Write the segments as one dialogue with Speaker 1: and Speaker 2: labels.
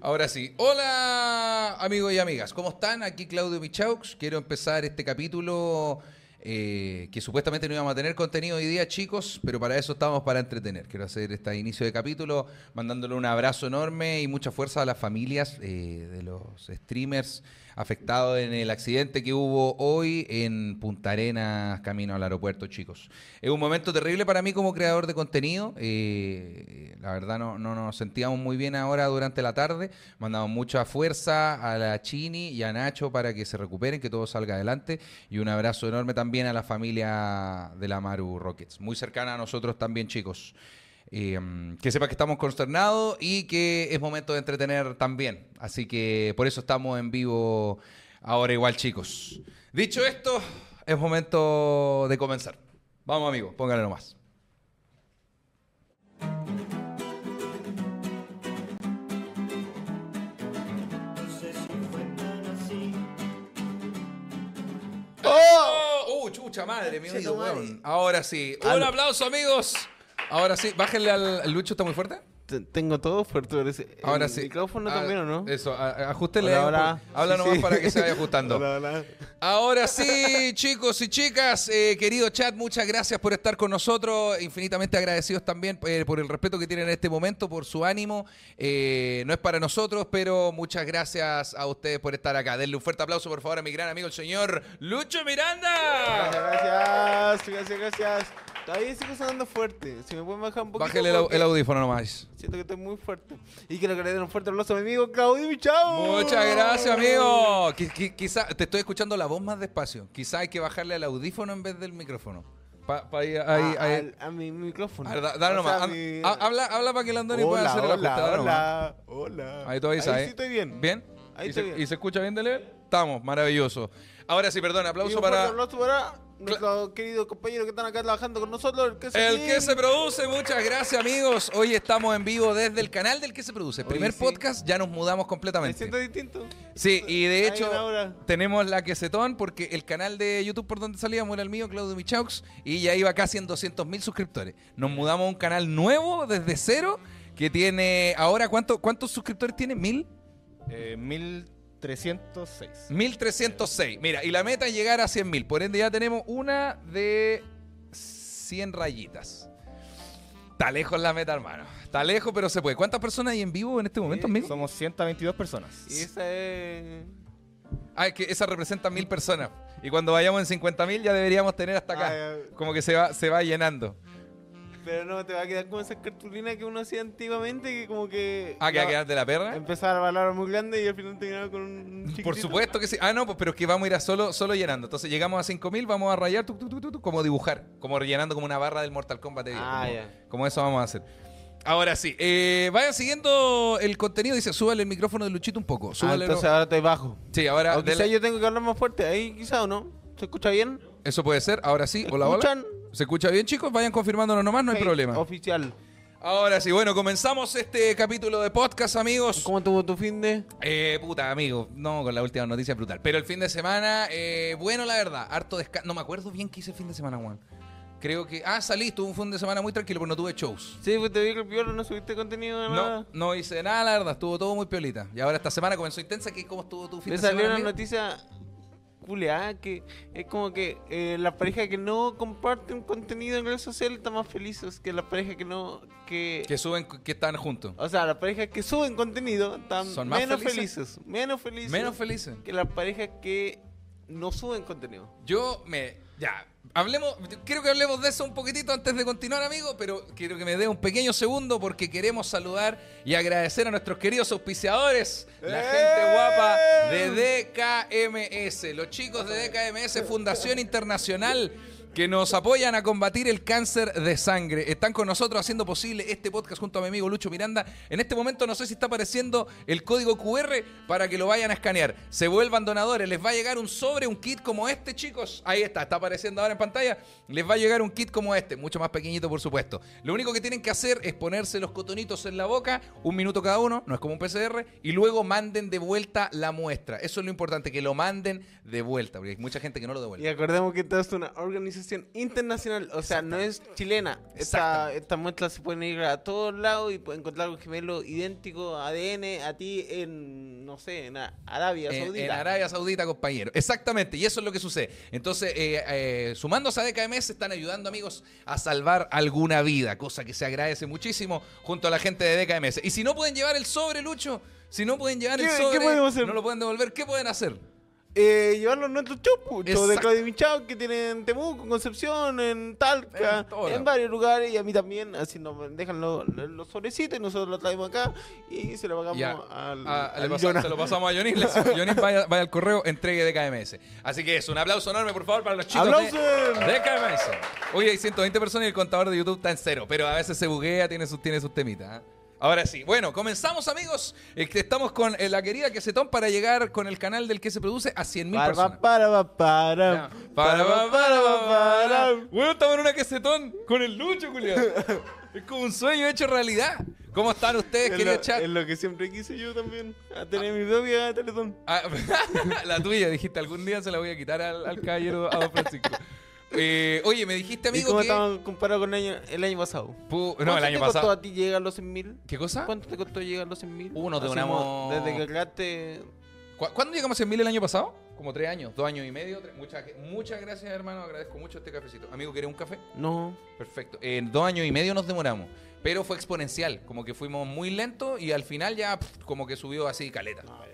Speaker 1: Ahora sí. Hola, amigos y amigas. ¿Aux? ¿Cómo están? Aquí Claudio Michaux. Quiero empezar este capítulo eh, que supuestamente no íbamos a tener contenido hoy día, chicos, pero para eso estamos para entretener. Quiero hacer este inicio de capítulo mandándole un abrazo enorme y mucha fuerza a las familias eh, de los streamers afectados en el accidente que hubo hoy en Punta Arenas, camino al aeropuerto, chicos. Es un momento terrible para mí como creador de contenido. eh, la verdad no, no nos sentíamos muy bien ahora durante la tarde. Mandamos mucha fuerza a la Chini y a Nacho para que se recuperen, que todo salga adelante. Y un abrazo enorme también a la familia de la Maru Rockets. Muy cercana a nosotros también, chicos. Eh, que sepa que estamos consternados y que es momento de entretener también. Así que por eso estamos en vivo ahora igual, chicos. Dicho esto, es momento de comenzar. Vamos, amigos, pónganle nomás.
Speaker 2: No sé si fue tan así.
Speaker 1: ¡Oh! ¡Uh, chucha madre! Mi oído,
Speaker 3: Chetumare.
Speaker 1: weón. Ahora sí. Un
Speaker 3: Algo.
Speaker 1: aplauso, amigos. Ahora sí, bájenle al... ¿el Lucho, ¿está muy fuerte?
Speaker 3: T- Tengo todo fuerte. parece.
Speaker 1: Ahora
Speaker 3: ¿El
Speaker 1: sí.
Speaker 3: micrófono
Speaker 1: Ah,
Speaker 3: también o no?
Speaker 1: Eso, a- a- ajústenle.
Speaker 3: Hola,
Speaker 1: un po-
Speaker 3: hola.
Speaker 1: Habla
Speaker 3: Sí,
Speaker 1: nomás
Speaker 3: sí.
Speaker 1: para que se vaya ajustando.
Speaker 3: Hola, hola.
Speaker 1: Ahora sí, chicos y chicas, eh, querido chat, muchas gracias por estar con nosotros. Infinitamente agradecidos también eh, por el respeto que tienen en este momento, por su ánimo. Eh, no es para nosotros, pero muchas gracias a ustedes por estar acá. Denle un fuerte aplauso, por favor, a mi gran amigo, el señor Lucho Miranda.
Speaker 3: Gracias, gracias, gracias, gracias. Todavía sigo sonando fuerte. Si me pueden bajar un poquito.
Speaker 1: Bájale el, au-
Speaker 3: porque
Speaker 1: el audífono nomás.
Speaker 3: Siento que estoy muy fuerte. Y quiero que le den un fuerte aplauso a mi amigo Claudio Michao.
Speaker 1: Muchas gracias, amigo. Qui- qui- quizá te estoy escuchando la voz más despacio. Quizá hay que bajarle al audífono en vez del micrófono. Pa- pa- ahí- ahí-
Speaker 3: a,
Speaker 1: ahí-
Speaker 3: Ah, al- a mi micrófono.
Speaker 1: A ver, da-
Speaker 3: O sea,
Speaker 1: dale nomás. Ah,
Speaker 3: a
Speaker 1: Ha-
Speaker 3: mi-
Speaker 1: ha- habla, habla para que el Andoni pueda
Speaker 3: hola,
Speaker 1: hacer el ajuste.
Speaker 3: hola,
Speaker 1: dale nomás.
Speaker 3: hola, hola.
Speaker 1: Ahí todavía
Speaker 3: Ahí
Speaker 1: sabes.
Speaker 3: sí estoy bien.
Speaker 1: ¿Bien?
Speaker 3: Ahí
Speaker 1: ¿Y,
Speaker 3: estoy
Speaker 1: se,
Speaker 3: bien.
Speaker 1: ¿Y se escucha bien de level? Estamos, maravilloso. Ahora sí, perdón,
Speaker 3: Y
Speaker 1: aplauso
Speaker 3: un
Speaker 1: para
Speaker 3: fuerte aplauso para nuestro querido compañero que están acá trabajando con nosotros. El que se
Speaker 1: el que se produce. Muchas gracias, amigos. Hoy estamos en vivo desde el canal del que se produce.
Speaker 3: Oye,
Speaker 1: Primer
Speaker 3: sí.
Speaker 1: podcast, ya nos mudamos
Speaker 3: Me
Speaker 1: completamente.
Speaker 3: siento distinto.
Speaker 1: Sí, y de
Speaker 3: Ahí
Speaker 1: hecho
Speaker 3: una hora.
Speaker 1: tenemos la que se ton porque el canal de YouTube por donde salíamos era el mío, Claudio Michaux, y ya iba casi en 200 mil suscriptores. Nos mudamos a un canal nuevo desde cero que tiene ahora cuánto, cuántos suscriptores tiene? ¿Mil?
Speaker 4: Eh, 1306.
Speaker 1: 1306. Mira, y la meta es llegar a 100 mil. Por ende ya tenemos una de 100 rayitas. Está lejos la meta, hermano. Está lejos, pero se puede. ¿Cuántas personas hay en vivo en este momento, amigo?
Speaker 4: Somos 122 personas.
Speaker 3: Y esa es.
Speaker 1: Ah, es que esa representa mil personas. Y cuando vayamos en 50 mil ya deberíamos tener hasta acá.
Speaker 3: Ah, ya.
Speaker 1: Como que se va, se va llenando.
Speaker 3: Pero no, te va a quedar como esas cartulinas que uno hacía antiguamente que como que...
Speaker 1: Ah, que va a
Speaker 3: la-
Speaker 1: quedar de la perra.
Speaker 3: Empezaba la palabra muy grande y al final terminaba con un Em, chiquitito.
Speaker 1: Por supuesto que sí. Ah, no, pues, pero es que vamos a ir a solo, solo llenando. Entonces llegamos a 5000, vamos a rayar, tu, tu, tu, tu, tu, como dibujar, como rellenando como una barra del Mortal Kombat. de video,
Speaker 3: Ah,
Speaker 1: como,
Speaker 3: ya.
Speaker 1: como eso vamos a hacer. Ahora sí, eh, vayan siguiendo el contenido. Dice, súbale el micrófono de Luchito un poco.
Speaker 3: Ah,
Speaker 1: Súbale.
Speaker 3: entonces ahora estoy bajo.
Speaker 1: Sí, ahora.
Speaker 3: o quizá
Speaker 1: dele-
Speaker 3: yo tengo que hablar más fuerte. Ahí quizá o no. ¿Se escucha bien?
Speaker 1: Eso puede ser. Ahora sí. Hola, hola.
Speaker 3: ¿Escuchan?
Speaker 1: ¿Se escucha bien, chicos? Vayan confirmándonos nomás, no hay
Speaker 3: Hey,
Speaker 1: problema.
Speaker 3: Oficial.
Speaker 1: Ahora sí, bueno, comenzamos este capítulo de podcast, amigos.
Speaker 3: ¿Cómo tuvo tu fin de...?
Speaker 1: Eh, puta, amigo, no, con la última noticia brutal. Pero el fin de semana, eh, bueno, la verdad, harto descanso. No me acuerdo bien qué hice el fin de semana, Juan. Creo que. Ah, salí, tuve un fin de semana muy tranquilo, pero no tuve shows.
Speaker 3: Sí, pues te vi que el viernes no subiste contenido de nada.
Speaker 1: No, no hice nada, la verdad, estuvo todo muy piolita. Y ahora esta semana comenzó intensa, ¿qué, ¿cómo estuvo tu fin
Speaker 3: Me
Speaker 1: de
Speaker 3: salió
Speaker 1: semana?
Speaker 3: una
Speaker 1: amigo?
Speaker 3: noticia culeada que es como que eh, las parejas que no comparten contenido en redes sociales están más felices que las parejas que no que,
Speaker 1: Que suben, que están juntos.
Speaker 3: o sea las parejas que suben contenido están
Speaker 1: ¿Son más
Speaker 3: menos
Speaker 1: felices?
Speaker 3: felices? menos felices
Speaker 1: Menos felices.
Speaker 3: que las parejas que no suben contenido
Speaker 1: Yo me. Ya. Hablemos, quiero que hablemos de eso un poquitito antes de continuar, amigo, pero quiero que me dé un pequeño segundo porque queremos saludar y agradecer a nuestros queridos auspiciadores, la gente guapa de DKMS, los chicos de DKMS, Fundación Internacional, que nos apoyan a combatir el cáncer de sangre. Están con nosotros haciendo posible este podcast junto a mi amigo Lucho Miranda. En este momento no sé si está apareciendo el código QR para que lo vayan a escanear. Se vuelvan donadores, les va a llegar un sobre, un kit como este, chicos. Ahí está, está apareciendo ahora en pantalla. Les va a llegar un kit como este, mucho más pequeñito, por supuesto. Lo único que tienen que hacer es ponerse los cotonitos en la boca, un minuto cada uno, no es como un PCR, y luego manden de vuelta la muestra. Eso es lo importante, que lo manden de vuelta, porque hay mucha gente que no lo devuelve.
Speaker 3: y acordemos que esta es una organización internacional, o sea, no es chilena. Esta,
Speaker 1: Exactamente.
Speaker 3: esta muestra se pueden ir a todos lados y pueden encontrar un gemelo idéntico ADN a ti en, no sé, en a- Arabia
Speaker 1: En-
Speaker 3: Saudita.
Speaker 1: En, Arabia Saudita, compañero. Exactamente, y eso es lo que sucede. Entonces, eh, eh, sumándose a DKMS, están ayudando, amigos, a salvar alguna vida, cosa que se agradece muchísimo junto a la gente de DKMS. Y si no pueden llevar el sobre, Lucho, si no pueden llevar el
Speaker 3: ¿Qué- qué
Speaker 1: sobre,
Speaker 3: podemos hacer?
Speaker 1: no lo pueden devolver, ¿qué pueden hacer?
Speaker 3: Eh, llevarlo a nuestros chupos pues, de
Speaker 1: Exacto.
Speaker 3: Claudio Michao que tienen en Temuco, Concepción, en Talca,
Speaker 1: En todo
Speaker 3: en,
Speaker 1: lado.
Speaker 3: varios lugares y a mí también, así nos dejan lo- lo- los sobrecitos y nosotros los traemos acá y se lo pagamos
Speaker 1: Ya.
Speaker 3: al,
Speaker 1: Ah, le
Speaker 3: al
Speaker 1: pasa-
Speaker 3: Jonah.
Speaker 1: se lo pasamos a Yonis. le- Yonis vaya, vaya al correo, entregue DKMS. Así que eso, un aplauso enorme, por favor, para los chicos
Speaker 3: ¡Aplausos!
Speaker 1: de DKMS. Oye, hay 120 personas y el contador de YouTube está en cero, pero a veces se buguea, tiene sus, tiene sus temitas. ¿ah? Ahora sí, bueno, comenzamos amigos. Eh, que Estamos con eh, la querida que se toma para llegar con el canal del que se produce a 100.000
Speaker 3: Para,
Speaker 1: personas.
Speaker 3: para, para,
Speaker 1: Ya. Para, para, para, para, para. Bueno, estamos en una quesetón con el Lucho, Julián. Es como un sueño hecho realidad. ¿Cómo están ustedes,
Speaker 3: Es
Speaker 1: eh, querido
Speaker 3: lo,
Speaker 1: chat?
Speaker 3: es lo que siempre quise yo también, a tener mi propia Teletón.
Speaker 1: Ah, la tuya, dijiste, algún día se la voy a quitar al, al caballero a Don Francisco. Eh, oye, me dijiste,
Speaker 3: ¿Y
Speaker 1: amigo,
Speaker 3: cómo
Speaker 1: que...
Speaker 3: estamos comparado con el año, el año pasado?
Speaker 1: Pu- No,
Speaker 3: ¿Cuánto
Speaker 1: el año
Speaker 3: te costó
Speaker 1: pasado. ¿Ah?
Speaker 3: a ti llegar a los 100.000?
Speaker 1: ¿Qué cosa?
Speaker 3: ¿Cuánto te costó llegar a los 100.000?
Speaker 1: Uh, nos
Speaker 3: Así
Speaker 1: demoramos-
Speaker 3: como Desde que creaste...
Speaker 1: ¿Cu- ¿Cuándo llegamos a 100.000 el año pasado? Como tres años, dos años y medio. tres- Muchas, muchas gracias, hermano. Agradezco mucho este cafecito. Amigo, ¿quieres un café?
Speaker 3: No,
Speaker 1: Perfecto. En dos años y medio nos demoramos. Pero fue exponencial. Como que fuimos muy lentos y al final ya pff, como que subió así caleta.
Speaker 3: Ah,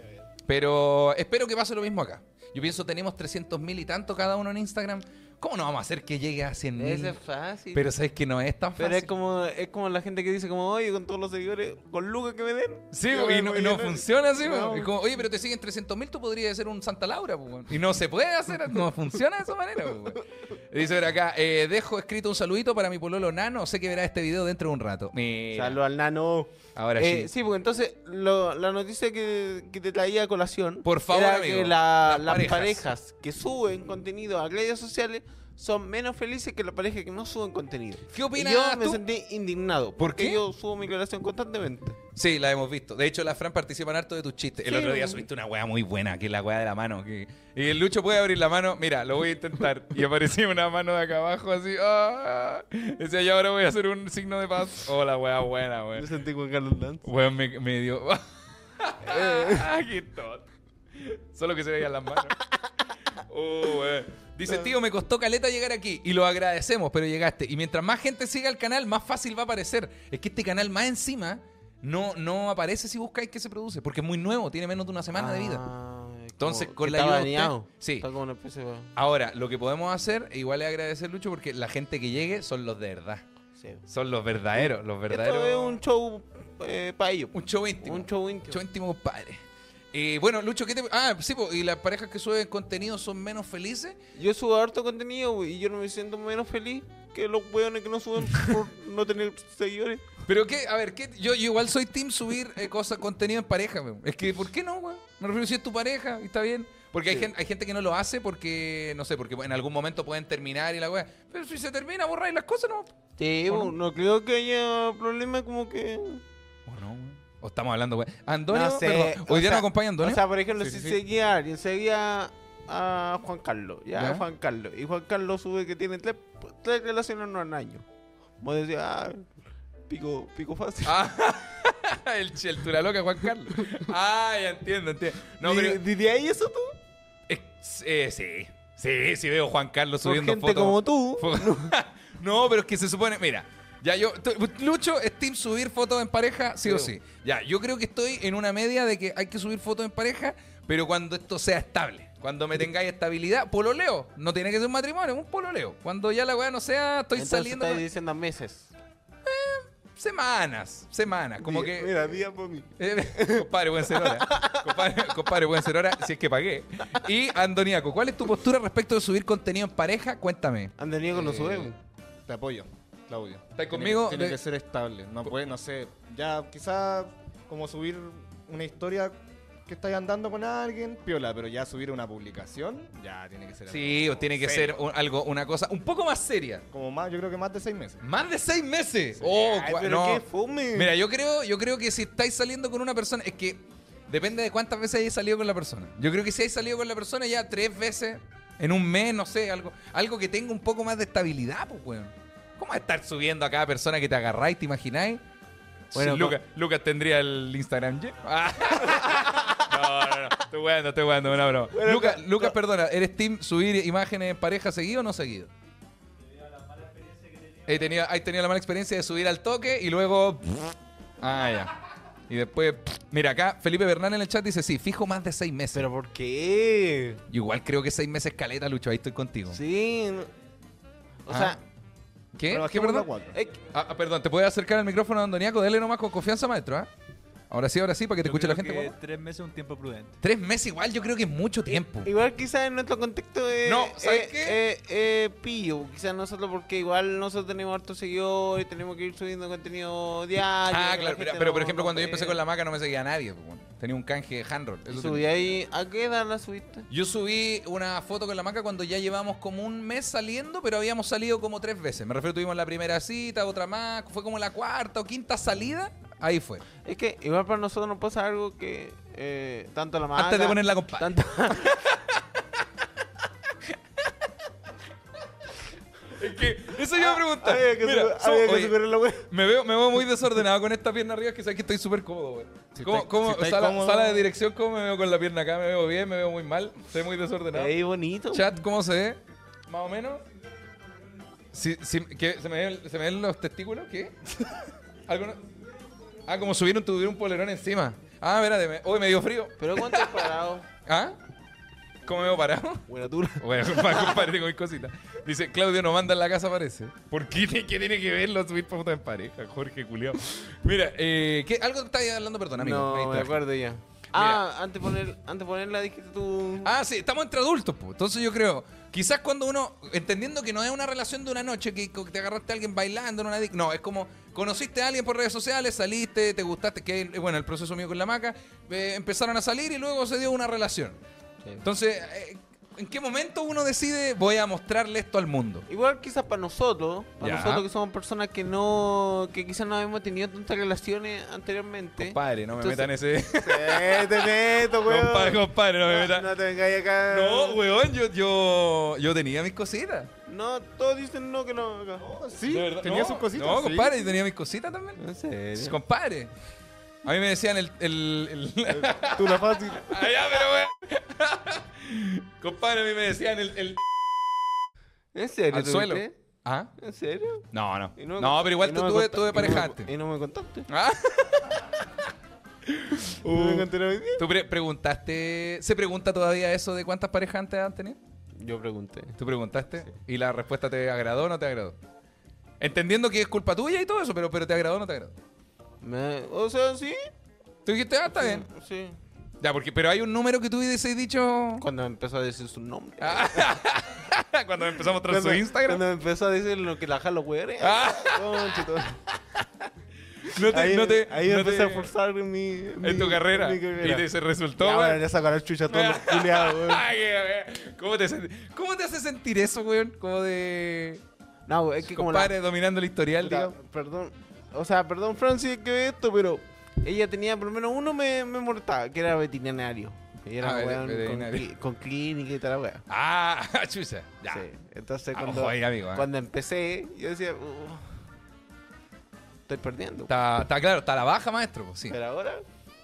Speaker 1: Pero espero que pase lo mismo acá. Yo pienso, tenemos 300.000 y tanto cada uno en Instagram. ¿Cómo no vamos a hacer que llegue a 100.000?
Speaker 3: Eso es fácil.
Speaker 1: Pero sabes que no es tan fácil.
Speaker 3: Pero es como, es como la gente que dice como, oye, con todos los seguidores, con lucas que me den.
Speaker 1: Sí,
Speaker 3: yo
Speaker 1: y
Speaker 3: me
Speaker 1: no,
Speaker 3: voy
Speaker 1: y no
Speaker 3: a llenar".
Speaker 1: funciona así.
Speaker 3: No.
Speaker 1: po. Es como, oye, pero te siguen 300 mil, tú podrías ser un Santa Laura. po, weón". Y no se puede hacer, no funciona de esa manera. po,
Speaker 3: pues,
Speaker 1: weón. Dice por acá, eh, dejo escrito un saludito para mi pololo Nano. Sé que verá este video dentro de un rato. Mira,
Speaker 3: Salud al nano.
Speaker 1: ahora
Speaker 3: Eh,
Speaker 1: sí.
Speaker 3: sí, porque entonces lo- la noticia que, que te traía a colación
Speaker 1: Por favor,
Speaker 3: era
Speaker 1: amigo,
Speaker 3: que la-
Speaker 1: las
Speaker 3: las
Speaker 1: parejas.
Speaker 3: parejas. que suben contenido a redes sociales son menos felices que las parejas que no suben contenido.
Speaker 1: ¿Qué opinas
Speaker 3: Y Yo me
Speaker 1: tú?
Speaker 3: sentí indignado.
Speaker 1: ¿Por
Speaker 3: porque
Speaker 1: qué?
Speaker 3: Yo subo mi relación constantemente.
Speaker 1: Sí, la hemos visto. De hecho, la Fran participa en harto de tus chistes. El
Speaker 3: Sí,
Speaker 1: otro día
Speaker 3: weón.
Speaker 1: subiste una weá muy buena, que es la weá de la mano. que- Y el Lucho puede abrir la mano. Mira, lo voy a intentar. Y aparecía una mano de acá abajo, así. ¡ah! Decía, yo ahora voy a hacer un signo de paz. Oh, la weá buena, weón.
Speaker 3: Me sentí con Carlos Lanz.
Speaker 1: Weón, me, me dio.
Speaker 3: Eh.
Speaker 1: Ah, qué tonto. Solo que se veían las manos. Oh, weón. Dice, tío, me costó caleta llegar aquí y lo agradecemos, pero llegaste. Y mientras más gente siga el canal, más fácil va a aparecer. Es que este canal, más encima, no, no aparece si buscáis que se produce, porque es muy nuevo, tiene menos de una semana de
Speaker 3: Ah.
Speaker 1: vida. Entonces, con la ayuda de usted- sí.
Speaker 3: Está como una especie de-
Speaker 1: Ahora, lo que podemos hacer, igual es agradecer, Lucho, porque la gente que llegue son los de verdad.
Speaker 3: sí.
Speaker 1: Son los verdaderos, los verdaderos.
Speaker 3: Esto es un show eh, para ellos.
Speaker 1: un show íntimo.
Speaker 3: Un show íntimo.
Speaker 1: Yo íntimo, compadre. Eh, bueno, Lucho, ¿qué te.? Ah, sí, po, y las parejas que suben contenido son menos felices.
Speaker 3: Yo subo harto contenido güey, y yo no me siento menos feliz que los weones que no suben por no tener seguidores.
Speaker 1: Pero qué, a ver, ¿qué, yo, yo igual soy team subir eh, cosas, contenido en pareja, weón. Es que, ¿por qué no, weón? Me refiero si es tu pareja, y está bien. Porque hay, gente, hay gente que no lo hace porque, no sé, porque en algún momento pueden terminar y la weá. Pero si se termina, borráis las cosas, ¿no?
Speaker 3: Sí,
Speaker 1: ¿O
Speaker 3: no? creo que haya problema como que...
Speaker 1: O no, weón. O estamos hablando, weón. Antonio,
Speaker 3: No sé,
Speaker 1: perdón,
Speaker 3: o
Speaker 1: Hoy día
Speaker 3: sea,
Speaker 1: nos acompaña Antonio.
Speaker 3: O sea, por ejemplo,
Speaker 1: Sí,
Speaker 3: si
Speaker 1: sí, sí.
Speaker 3: seguía a alguien, seguía a Juan Carlos, ya,
Speaker 1: Ya.
Speaker 3: Juan Carlos. Y Juan Carlos sube que tiene tres, tres relaciones en un año. Vos decís, ah, pico, pico fácil.
Speaker 1: Ah, el, che- el Tura Loca, Juan Carlos. Ah, ya entiendo, entiendo. No,
Speaker 3: Di-
Speaker 1: pero.
Speaker 3: ¿Dirías eso tú?
Speaker 1: Es- eh, sí, sí, sí veo a Juan Carlos
Speaker 3: Por
Speaker 1: subiendo
Speaker 3: gente
Speaker 1: fotos.
Speaker 3: como tú.
Speaker 1: Fo- no, pero es que se supone, mira, ya yo, tú- Lucho, es team subir fotos en pareja, sí o
Speaker 3: Sí.
Speaker 1: sí. Ya, yo creo que estoy en una media de que hay que subir fotos en pareja, pero cuando esto sea estable, cuando me tengáis estabilidad, pololeo, no tiene que ser un matrimonio, un pololeo. Cuando ya la weá no sea, estoy
Speaker 3: Entonces
Speaker 1: saliendo
Speaker 3: estás
Speaker 1: con-
Speaker 3: diciendo meses.
Speaker 1: semanas, semanas, como que...
Speaker 3: Mira, día por mí.
Speaker 1: Eh, compadre, buen ser hora. Compadre, compadre, buen ser hora, si es que pagué. Y Andoniaco, ¿cuál es tu postura respecto de subir contenido en pareja? Cuéntame.
Speaker 3: Andaniego no
Speaker 4: Eh,
Speaker 3: sube. güey.
Speaker 4: Te apoyo, Claudio.
Speaker 1: ¿Estás
Speaker 4: Tiene
Speaker 1: conmigo?
Speaker 4: que- Tiene
Speaker 1: De-
Speaker 4: que ser estable. No puede, no sé. Ya, quizá como subir una historia que estáis andando con alguien, piola, pero ya subir una publicación, ya tiene que ser.
Speaker 1: Sí, o
Speaker 4: algo
Speaker 1: tiene que ser
Speaker 4: serio.
Speaker 1: un- algo, una cosa un poco más seria.
Speaker 4: Como más, yo creo que más de seis meses.
Speaker 1: Más de seis meses. Oh,
Speaker 3: Ay,
Speaker 1: cua-
Speaker 3: pero
Speaker 1: no.
Speaker 3: qué fome.
Speaker 1: Mira, yo creo, yo creo que si estáis saliendo con una persona, es que depende de cuántas veces hayáis salido con la persona. Yo creo que si hayáis salido con la persona ya tres veces, en un mes, no sé, algo, algo que tenga un poco más de estabilidad, pues, weón. ¿Cómo vas a estar subiendo a cada persona que te agarráis, te imagináis?
Speaker 3: Bueno,
Speaker 1: Sí, Lucas, Lucas tendría el Instagram lleno. no, no, no. Estoy jugando, estoy jugando, una broma. Lucas, Lucas, perdona, ¿eres team subir imágenes en pareja seguido o no seguido? He tenido, he tenido la mala experiencia de subir al toque y luego. Ah, ya. Y después. Mira, acá Felipe Bernal en el chat dice: Sí, fijo más de seis meses.
Speaker 3: ¿Pero por qué?
Speaker 1: Yo igual creo que seis meses caleta, Lucho, ahí estoy contigo.
Speaker 3: Sí. no- O
Speaker 1: Ah.
Speaker 3: sea, eh,
Speaker 1: ¿Qué?
Speaker 4: Pero
Speaker 1: ¿Qué,
Speaker 4: bajémoslo
Speaker 1: perdón?
Speaker 4: a cuatro.
Speaker 3: es que-
Speaker 1: Ah, ah, perdón, ¿te puedes acercar al micrófono, Andoniaco? Dele nomás con confianza, maestro, ¿ah? Ahora sí, ahora sí, para que te
Speaker 5: Yo
Speaker 1: escuche la
Speaker 5: creo
Speaker 1: gente.
Speaker 5: que
Speaker 1: guapo.
Speaker 5: Tres meses es un tiempo prudente.
Speaker 1: Tres meses igual, yo creo que es mucho tiempo.
Speaker 3: Igual quizás en nuestro contexto eh, es,
Speaker 1: No, ¿sabes
Speaker 3: es-
Speaker 1: qué?
Speaker 3: es- es eh, pillo, quizás nosotros porque igual nosotros tenemos hartos seguidores, tenemos que ir subiendo contenido diario.
Speaker 1: Ah,
Speaker 3: que la
Speaker 1: claro,
Speaker 3: gente
Speaker 1: pero, pero,
Speaker 3: no-
Speaker 1: por ejemplo
Speaker 3: no
Speaker 1: cuando yo
Speaker 3: ve.
Speaker 1: empecé con la maca no me seguía nadie. pues, bueno. Tenía un canje de handroll.
Speaker 3: Y
Speaker 1: eso
Speaker 3: subí
Speaker 1: tenía.
Speaker 3: ahí, ¿a qué edad la subiste?
Speaker 1: Yo subí una foto con la maca cuando ya llevamos como un mes saliendo, pero habíamos salido como tres veces. Me refiero, tuvimos la primera cita, otra más, fue como la cuarta o quinta salida. Ahí fue.
Speaker 3: Es que igual para nosotros nos pasa algo que eh, tanto la maga...
Speaker 1: Antes de poner la compadre.
Speaker 3: Tanto,
Speaker 1: Eso
Speaker 4: Ah,
Speaker 1: yo me pregunté.
Speaker 3: había que,
Speaker 1: Mira,
Speaker 3: subir-
Speaker 1: so-
Speaker 3: había que
Speaker 1: oye,
Speaker 3: subir la web.
Speaker 1: me, veo, me veo muy desordenado con esta pierna arriba, que sabes que estoy súper cómodo, güey.
Speaker 4: Si
Speaker 1: ¿Cómo-
Speaker 4: estáis-
Speaker 1: cómo-
Speaker 4: si estáis
Speaker 1: sala,
Speaker 4: cómodo-
Speaker 1: sala de dirección, ¿cómo me veo con la pierna acá? ¿Me veo bien? ¿Me veo muy mal? Estoy muy desordenado.
Speaker 3: Ahí bonito.
Speaker 1: Chat, ¿cómo se ve? Más o menos. Si- si- ¿qué? ¿Se, me ven, se me ven los testículos? ¿Qué? ¿Algo no- Ah, como subieron, tuvieron un polerón encima. Ah, espérate, me- hoy me dio frío.
Speaker 3: Pero cuánto has parado.
Speaker 1: ¿Ah? ¿Cómo me veo parado?
Speaker 3: Buena dura.
Speaker 1: Bueno, compadre, tengo mis cositas. Dice, Claudio no manda en la casa, parece. ¿Por qué, tiene- qué tiene que verlo subir fotos en pareja, Jorge Culeado? Mira, eh, ¿qué- algo que estáis hablando, perdón, amigo. me
Speaker 3: No, me
Speaker 1: distraje.
Speaker 3: acuerdo ya. Ah, antes de poner, antes de ponerla dijiste tú...
Speaker 1: Ah, sí, estamos entre adultos, pues. Entonces yo creo, quizás cuando uno, entendiendo que no es una relación de una noche, que co- te agarraste a alguien bailando en una dic- no, es como, conociste a alguien por redes sociales, saliste, te gustaste, que eh, bueno, el proceso mío con la maca, eh, empezaron a salir y luego se dio una relación. Entonces, eh, ¿en qué momento uno decide, voy a mostrarle esto al mundo?
Speaker 3: Igual quizás para nosotros, para
Speaker 1: Ya.
Speaker 3: nosotros que somos personas que no, que quizás no hemos tenido tantas relaciones anteriormente.
Speaker 1: Compadre, no me
Speaker 3: Entonces-
Speaker 1: metan ese.
Speaker 3: Eh, te meto, weón.
Speaker 1: compadre, compadre, no me metan.
Speaker 3: No te vengáis acá.
Speaker 1: No, weón, yo, yo, yo tenía mis cositas.
Speaker 3: No, todos dicen no que no. acá.
Speaker 4: Sí,
Speaker 1: De verdad,
Speaker 4: tenía
Speaker 1: no,
Speaker 4: sus cositas.
Speaker 1: No,
Speaker 4: sí.
Speaker 1: compadre, yo tenía mis cositas también.
Speaker 3: No sé.
Speaker 1: Sí, Compadre. A mí me decían el. el, el-
Speaker 4: Tú la fácil.
Speaker 1: Ah, ya, pero weón. Compadre, a mí me decían el. el-
Speaker 3: ¿En serio?
Speaker 1: Al
Speaker 3: te
Speaker 1: suelo.
Speaker 3: metí?
Speaker 1: ¿Ah.
Speaker 3: ¿En serio?
Speaker 1: No, no.
Speaker 3: Y
Speaker 1: No,
Speaker 3: me cont-
Speaker 1: pero igual
Speaker 3: y
Speaker 1: tú
Speaker 3: me
Speaker 1: tuve,
Speaker 3: conta-
Speaker 1: tuve
Speaker 3: y no
Speaker 1: pareja
Speaker 3: me-
Speaker 1: antes.
Speaker 3: Y no me contaste.
Speaker 1: Ah,
Speaker 4: Y
Speaker 1: Uh.
Speaker 4: no me encontré hoy día.
Speaker 1: ¿Tú pre- preguntaste. ¿Se pregunta todavía eso de cuántas parejas antes han tenido?
Speaker 3: Yo pregunté.
Speaker 1: ¿Tú preguntaste? ¿Y la respuesta te agradó o no te agradó? Entendiendo que es culpa tuya y todo eso, pero, pero te agradó o no te agradó.
Speaker 3: Me- O sea, sí.
Speaker 1: Tú dijiste, ah, está bien.
Speaker 3: Sí.
Speaker 1: Ya, porque, pero hay un número que tú hubieses dicho.
Speaker 3: Cuando empezó a decir su nombre.
Speaker 1: Cuando empezamos a
Speaker 3: Cuando- Cuando empezó a decir lo que la jalo, weón.
Speaker 1: Ah. No te,
Speaker 4: Ahí,
Speaker 1: no te,
Speaker 4: ahí
Speaker 1: no
Speaker 4: empecé
Speaker 1: te-
Speaker 4: a forzar mi, mi-
Speaker 1: en tu carrera.
Speaker 4: mi carrera.
Speaker 1: Y te se resultó,
Speaker 4: Ya,
Speaker 1: güey.
Speaker 4: bueno, ya sacaron chucha a todos los culiados, weón.
Speaker 1: Ay, güey. ¿Cómo te, sen- ¿Cómo te hace sentir eso, weón? Como de.
Speaker 3: No, es que como la,
Speaker 1: compadre dominando el historial,
Speaker 3: Puta,
Speaker 1: digamos.
Speaker 3: perdón, o sea, perdón Francis que ve esto, pero ella tenía por lo menos uno me, me molestaba, que era veterinario. Y era
Speaker 1: Ah, era
Speaker 3: weón con,
Speaker 1: veterinario.
Speaker 3: cli- con clínica y tal la weá.
Speaker 1: Ah, chucha. Ya.
Speaker 3: Sí. Entonces
Speaker 1: Ah,
Speaker 3: cuando,
Speaker 1: ojo ahí, amigo, ¿eh?
Speaker 3: cuando empecé, yo decía, "Uh, estoy perdiendo.
Speaker 1: Está, está claro, está a la baja, maestro. pues, Sí.
Speaker 3: Pero ahora...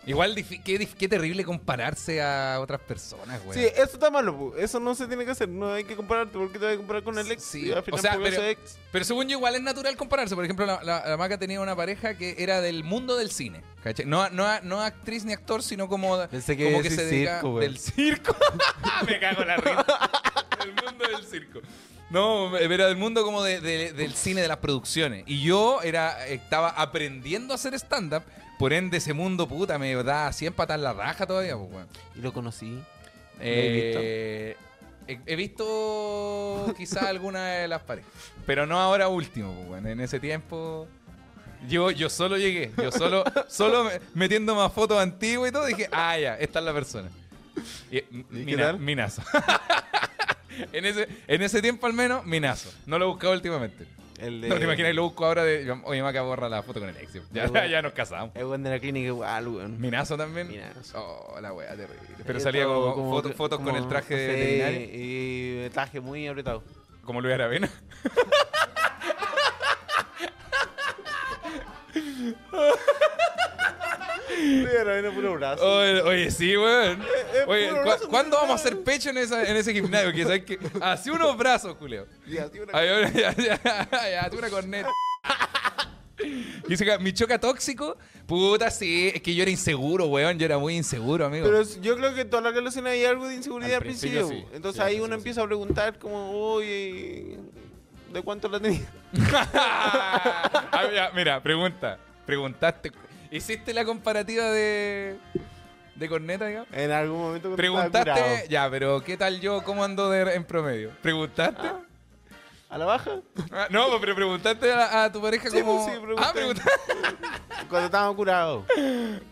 Speaker 1: Igual, difi- qué, dif- qué terrible compararse a otras personas, güey.
Speaker 3: Sí, eso está malo, pu. eso no se tiene que hacer, no hay que compararte, porque te vas a comparar con el ex.
Speaker 1: Sí,
Speaker 3: Y al
Speaker 1: o
Speaker 3: final
Speaker 1: sea,
Speaker 3: porque
Speaker 1: pero-
Speaker 3: ese ex.
Speaker 1: Pero según yo, igual es natural compararse. Por ejemplo, la, la, la Maca tenía una pareja que era del mundo del cine. ¿cachai? No, no, no actriz ni actor, sino como,
Speaker 3: Pensé que
Speaker 1: como
Speaker 3: iba a decir circo, güey.
Speaker 1: del circo. Me cago en la risa. Del mundo del circo. No, era del mundo como de- de- del cine, de las producciones. Y yo era estaba aprendiendo a hacer stand-up. Por ende, ese mundo, puta, me da 100 patas la raja todavía, pues, weón.
Speaker 3: Y lo conocí.
Speaker 1: Eh, he, he visto quizá alguna de las parejas, pero no ahora último, pues, weón. en ese tiempo yo, yo solo llegué, yo solo, solo me- metiendo más fotos antiguas y todo, dije, ah, ya, esta es la persona. Y, m-
Speaker 4: ¿Y qué
Speaker 1: mina-
Speaker 4: tal?
Speaker 1: Minazo. en, ese, en ese tiempo al menos, minazo. No lo he buscado últimamente.
Speaker 3: El de.
Speaker 1: No te imaginas, lo busco ahora de. Oye, Maca, borra la foto con el ex. Ya,
Speaker 3: Ya,
Speaker 1: ya nos casamos.
Speaker 3: El weón de la clínica igual, weón.
Speaker 1: Minazo también.
Speaker 3: Minazo.
Speaker 1: Oh, la wea terrible. Pero
Speaker 3: Eh,
Speaker 1: salía como,
Speaker 3: todo como
Speaker 1: foto-
Speaker 3: que-
Speaker 1: fotos con
Speaker 3: como-
Speaker 1: el traje de
Speaker 3: sí,
Speaker 1: veterinario,
Speaker 3: Y el traje muy apretado.
Speaker 1: como Luis Aravena.
Speaker 4: puro
Speaker 3: Ah,
Speaker 4: brazo.
Speaker 1: Oye, oye, sí, weón. Oye,
Speaker 4: puro
Speaker 1: ¿cu-
Speaker 4: brazo,
Speaker 1: ¿cuándo
Speaker 4: puro
Speaker 1: vamos a hacer pecho en, esa- en ese gimnasio? Que sabes que. Así unos brazos, Julio. Ay, ahora, ya, ya, ya, ya, tú una corneta. Dice que mi choca tóxico. Puta, sí. Es que yo era inseguro, weón. Yo era muy inseguro, amigo.
Speaker 3: Pero es- yo creo que toda la relación hay algo de inseguridad
Speaker 4: Al
Speaker 3: al principio.
Speaker 4: principio sí.
Speaker 3: Entonces
Speaker 4: Sí, al
Speaker 3: ahí uno
Speaker 4: principio
Speaker 3: empieza a preguntar como, oye, ¿de cuánto la tenía?
Speaker 1: Ah, mira, mira, pregunta. Preguntaste. ¿Hiciste la comparativa de. de corneta, digamos?
Speaker 3: En algún momento cuando estaba curado.
Speaker 1: Preguntaste. Ya, pero ¿qué tal yo? ¿Cómo ando de- en promedio? ¿Preguntaste?
Speaker 3: ¿A la baja?
Speaker 1: Ah, no, pero preguntaste a, a tu pareja
Speaker 3: Sí,
Speaker 1: como.
Speaker 3: pues sí,
Speaker 1: ah,
Speaker 3: pregunté.
Speaker 1: preguntaste.
Speaker 3: Cuando estábamos curados.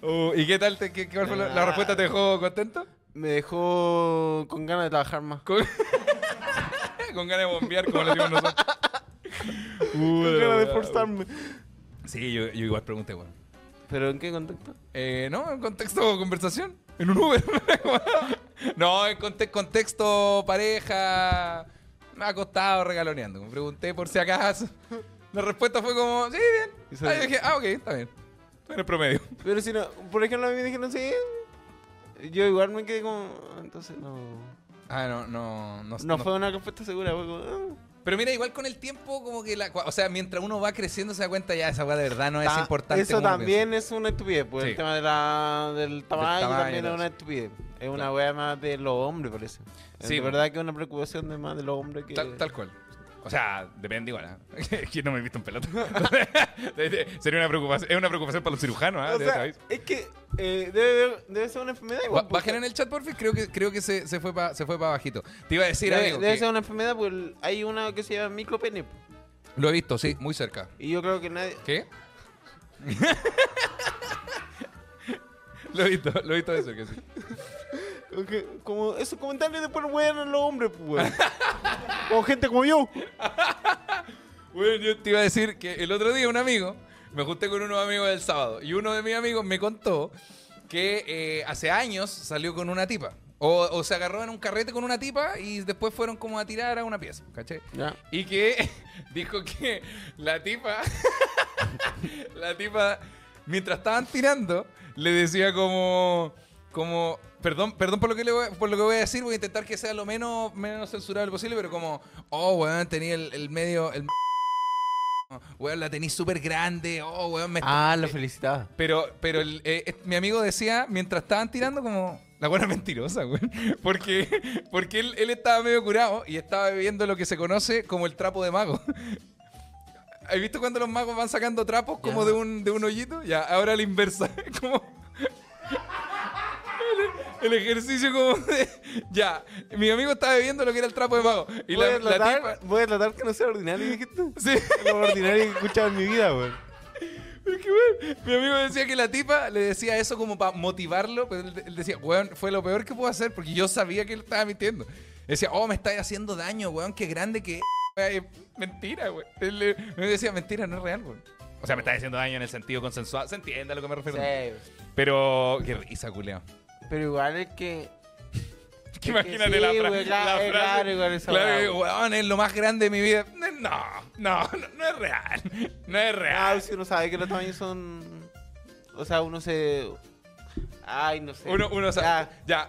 Speaker 1: Oh, ¿Y qué tal? Te, qué, qué- cuál fue la, la respuesta? ¿Te dejó contento?
Speaker 3: Me dejó con ganas de trabajar más.
Speaker 1: Con, Eh, con ganas de bombear, como le decimos nosotros. Uh,
Speaker 3: Con ganas de forzarme.
Speaker 1: Sí, yo, yo igual pregunté, bueno.
Speaker 3: ¿Pero en qué contexto?
Speaker 1: Eh, no, en contexto de conversación. En un Uber. no, en conte- contexto pareja. Me ha costado regaloneando. Me pregunté por si acaso. La respuesta fue como, sí,
Speaker 3: Y
Speaker 1: bien.
Speaker 3: sale-
Speaker 1: Ah, yo dije, ah, ok, está bien. Estoy en el promedio.
Speaker 3: Pero si no, por ejemplo, a mí me dijeron, sí. Yo igual me quedé como, "Ah, entonces no.
Speaker 1: Ah, no, no, no,
Speaker 3: No
Speaker 1: no-
Speaker 3: fue una respuesta segura, fue como, "Ah".
Speaker 1: Pero mira, igual con el tiempo, como que la. O sea, mientras uno va creciendo, se da cuenta ya, esa weá de verdad no es
Speaker 3: Ta-
Speaker 1: importante.
Speaker 3: Eso
Speaker 1: como uno piensa.
Speaker 3: también es una estupidez, pues
Speaker 1: Sí.
Speaker 3: el tema de la, del tamaño,
Speaker 1: tamaño,
Speaker 3: también es
Speaker 1: todo
Speaker 3: una
Speaker 1: eso.
Speaker 3: estupidez. Es una
Speaker 1: Claro.
Speaker 3: wea más de los hombres, parece.
Speaker 1: Sí,
Speaker 3: Sí, de
Speaker 1: pues.
Speaker 3: verdad que es una preocupación de más de los hombres que.
Speaker 1: Tal, tal cual. O sea, depende igual. ¿eh? Es que no me he visto en pelota. Sería una preocupación. Es una preocupación para los cirujanos, ¿ah?
Speaker 3: O
Speaker 1: De
Speaker 3: sea,
Speaker 1: otra vez.
Speaker 3: es que eh, debe, debe ser una enfermedad
Speaker 1: Ba-
Speaker 3: igual. pues,
Speaker 1: Bajen en el chat, porfi. Creo que, creo que se, se fue para bajito. Te iba a decir,
Speaker 3: debe,
Speaker 1: amigo,
Speaker 3: debe
Speaker 1: que
Speaker 3: ser una enfermedad, pues el- hay una que se llama micropene. pues,
Speaker 1: Lo he visto, sí, muy cerca.
Speaker 3: Y yo creo que nadie.
Speaker 1: ¿Qué? lo he visto, lo he visto de cerca, sí.
Speaker 3: creo que- Como esos comentarios después wean a los hombres, pues. weón. como gente como yo.
Speaker 1: Bueno, yo te iba a decir que el otro día un amigo, me junté con unos amigos del sábado, y uno de mis amigos me contó que eh, hace años salió con una tipa. O, o se agarró en un carrete con una tipa y después fueron como a tirar a una pieza, ¿cachai?
Speaker 3: Ya.
Speaker 1: Y que dijo que la tipa, la tipa, mientras estaban tirando, le decía como, como, perdón, perdón por lo que le voy, a- por lo que voy a decir, voy a intentar que sea lo menos, menos censurable posible, pero como, oh, weón, tenía el, el medio, el weón, la tenís súper grande, oh, weón, me
Speaker 3: Ah, lo felicitaba.
Speaker 1: pero, pero el, eh, eh, mi amigo decía, mientras estaban tirando, como la buena mentirosa, güey. Porque, porque él, él estaba medio curado y estaba bebiendo lo que se conoce como el trapo de mago. ¿Has visto cuando los magos van sacando trapos como
Speaker 3: Ya.
Speaker 1: de un, de un hoyito? Ya, ahora la inversa. Como. El el ejercicio como de... Ya, mi amigo estaba bebiendo lo que era el trapo de mago. Y
Speaker 3: voy,
Speaker 1: la,
Speaker 3: a
Speaker 1: la
Speaker 3: tratar,
Speaker 1: tipa...
Speaker 3: voy a tratar que no sea ordinario, dijiste.
Speaker 1: Sí.
Speaker 3: lo ordinario que he escuchado en mi vida, weón.
Speaker 1: Es que, weón, mi amigo decía que la tipa le decía eso como para motivarlo, pero él, él decía, weón, fue lo peor que puedo hacer porque yo sabía que él estaba mintiendo. Decía, oh, me estáis haciendo daño, weón, qué grande que es. Eh, Mentira, weón. Él le- me decía, mentira, no es real, weón. O sea, me estáis haciendo daño en el sentido consensuado. Se entiende a lo que me refiero. Pero, qué risa, culeo.
Speaker 3: Pero igual es que.
Speaker 1: Es
Speaker 3: que
Speaker 1: que imagínate
Speaker 3: sí,
Speaker 1: la, fra-
Speaker 3: güey, claro,
Speaker 1: la
Speaker 3: es
Speaker 1: frase.
Speaker 3: claro, igual esa
Speaker 1: Claro,
Speaker 3: weá, güey.
Speaker 1: weón, es lo más grande de mi vida. No, no, no, no es real. No es
Speaker 3: Ah,
Speaker 1: real.
Speaker 3: si uno sabe que los tamaños son. O sea, uno se. Ay, no sé.
Speaker 1: Uno, uno sabe. Ya.
Speaker 3: Ya.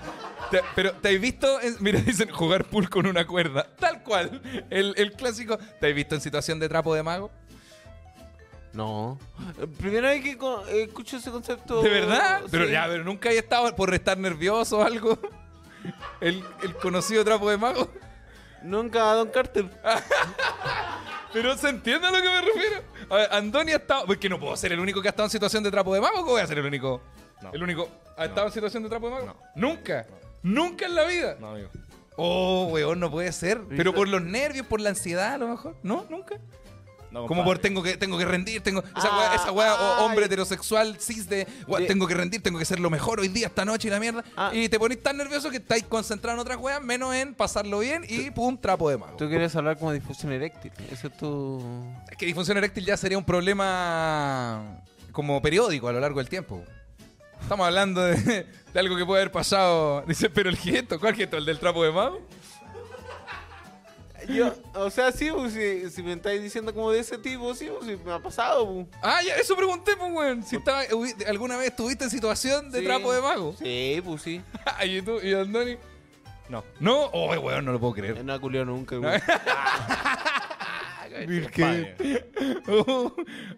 Speaker 1: Te- pero, ¿te has visto? en- mira, dicen jugar pool con una cuerda. Tal cual. El, el clásico. ¿Te has visto en situación de trapo de mago?
Speaker 3: No. Eh, Primera vez que co- eh, escucho ese concepto.
Speaker 1: ¿De verdad?
Speaker 3: sí.
Speaker 1: Pero ya, pero nunca he estado por estar nervioso o algo. El, el conocido trapo de mago.
Speaker 3: Nunca a Don Carter.
Speaker 1: Pero se entiende a lo que me refiero. A ver, Andoni ha estado. Porque no puedo ser el único que ha estado en situación de trapo de mago. ¿Cómo voy a ser el único?
Speaker 4: No.
Speaker 1: ¿El único? ¿Ha estado en situación de trapo de mago?
Speaker 4: No.
Speaker 1: Nunca. Nunca en la vida.
Speaker 4: No, amigo.
Speaker 1: Oh, weón, no puede ser. Pero por los nervios, por la ansiedad, a lo mejor. No, nunca.
Speaker 4: No,
Speaker 1: Como
Speaker 4: compadre.
Speaker 1: por tengo que, tengo que rendir, tengo. Esa
Speaker 3: Ah,
Speaker 1: weá, esa weá, o hombre
Speaker 3: ay.
Speaker 1: heterosexual, cis de weá,
Speaker 3: De-
Speaker 1: tengo que rendir, tengo que ser lo mejor hoy día, esta noche y la mierda.
Speaker 3: Ah.
Speaker 1: Y te pones tan nervioso que estáis concentrado en otras weas, menos en pasarlo bien y pum, trapo de mago.
Speaker 3: Tú quieres hablar como difusión eréctil. Eso es tu.
Speaker 1: Es que disfunción eréctil ya sería un problema como periódico a lo largo del tiempo. Estamos hablando de, de algo que puede haber pasado. Dice, pero el gesto, ¿cuál gesto? ¿El del trapo de mago?
Speaker 3: Yo, o sea, sí, pues, si, si me estáis diciendo como de ese tipo, sí, pues, sí, me ha pasado. pues.
Speaker 1: Ah, ya, eso pregunté, pues, weón. Si estaba, hubi- alguna vez estuviste en situación de
Speaker 3: Sí.
Speaker 1: trapo de mago.
Speaker 3: Sí, pues sí.
Speaker 1: y tú, y Andoni.
Speaker 4: No.
Speaker 1: No, oh, weón, no lo puedo creer.
Speaker 3: No ha culiado nunca, güey.
Speaker 4: Compadre.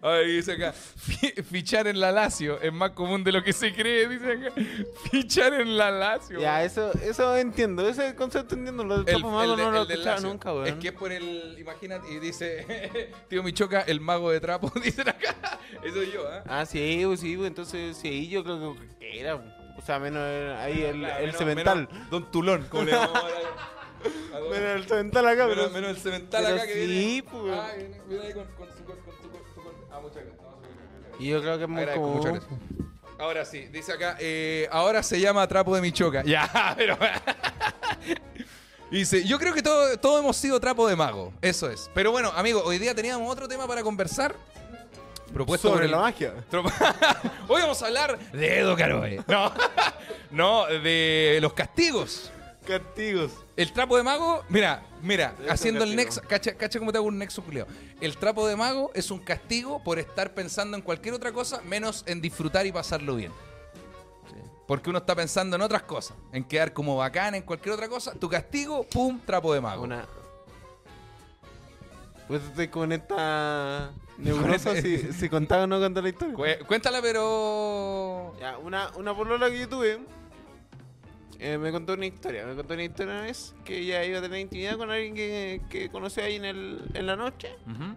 Speaker 1: a ver, dice acá, "Fi- fichar en la Lazio es más común de lo que se cree, dice acá. Fichar en la Lazio.
Speaker 3: Ya, eso, eso entiendo. Ese concepto entiendo. Lo de
Speaker 1: El-
Speaker 3: Tapo Mago
Speaker 1: el de-
Speaker 3: no lo
Speaker 1: el del
Speaker 3: escuchaba
Speaker 1: Lazio.
Speaker 3: nunca, güey.
Speaker 1: Es que es por el. Imagínate, y dice. Tío Michoca, el mago de trapo. Dicen acá. Eso yo, ¿ah?
Speaker 3: Ah, sí, pues sí, pues entonces sí, yo creo que era. O sea, menos el- ahí el,
Speaker 1: Claro,
Speaker 3: el
Speaker 1: menos-
Speaker 3: cemental.
Speaker 1: menos Don Tulón, como le llamamos ahora.
Speaker 3: Menos, el cemental acá, pero.
Speaker 1: menos, menos el cemental
Speaker 3: pero
Speaker 1: acá que
Speaker 3: sí,
Speaker 1: viene.
Speaker 3: pues.
Speaker 1: Ah, viene, viene ahí con, con su cor- con su cor- su cor- Ah, muchas gracias. No, muchas
Speaker 3: Y yo creo que es muy
Speaker 1: Agradezco,
Speaker 3: común.
Speaker 1: muchas gracias. Ahora sí, dice acá, eh, ahora se llama trapo de Michoca. Ya, pero... Dice, yo creo que todo- todos hemos sido trapo de mago, eso es. Pero bueno, amigo, hoy día teníamos otro tema para conversar. Propuesto por
Speaker 3: Sobre
Speaker 1: el-
Speaker 3: la magia.
Speaker 1: Tro- Hoy vamos a hablar de Edo Caroe. No, no, de los castigos.
Speaker 3: Castigos.
Speaker 1: El trapo de mago, mira, mira,
Speaker 3: Es un
Speaker 1: haciendo el nexo,
Speaker 3: castigo.
Speaker 1: cacha, cacha cómo te hago un nexo culiao. El trapo de mago es un castigo por estar pensando en cualquier otra cosa menos en disfrutar y pasarlo bien. Porque uno está pensando en otras cosas, en quedar como bacán, en cualquier otra cosa. Tu castigo, pum, trapo de mago.
Speaker 3: Una. Pues estoy con esta neurosa si, si contaba o no contar la historia.
Speaker 1: Cué- Cuéntala, pero.
Speaker 3: Ya, una, una polola que yo tuve eh, me contó una historia. Me contó una historia una vez que ella iba a tener intimidad con alguien que, que conoció ahí en, el, en la noche.
Speaker 1: Ujú.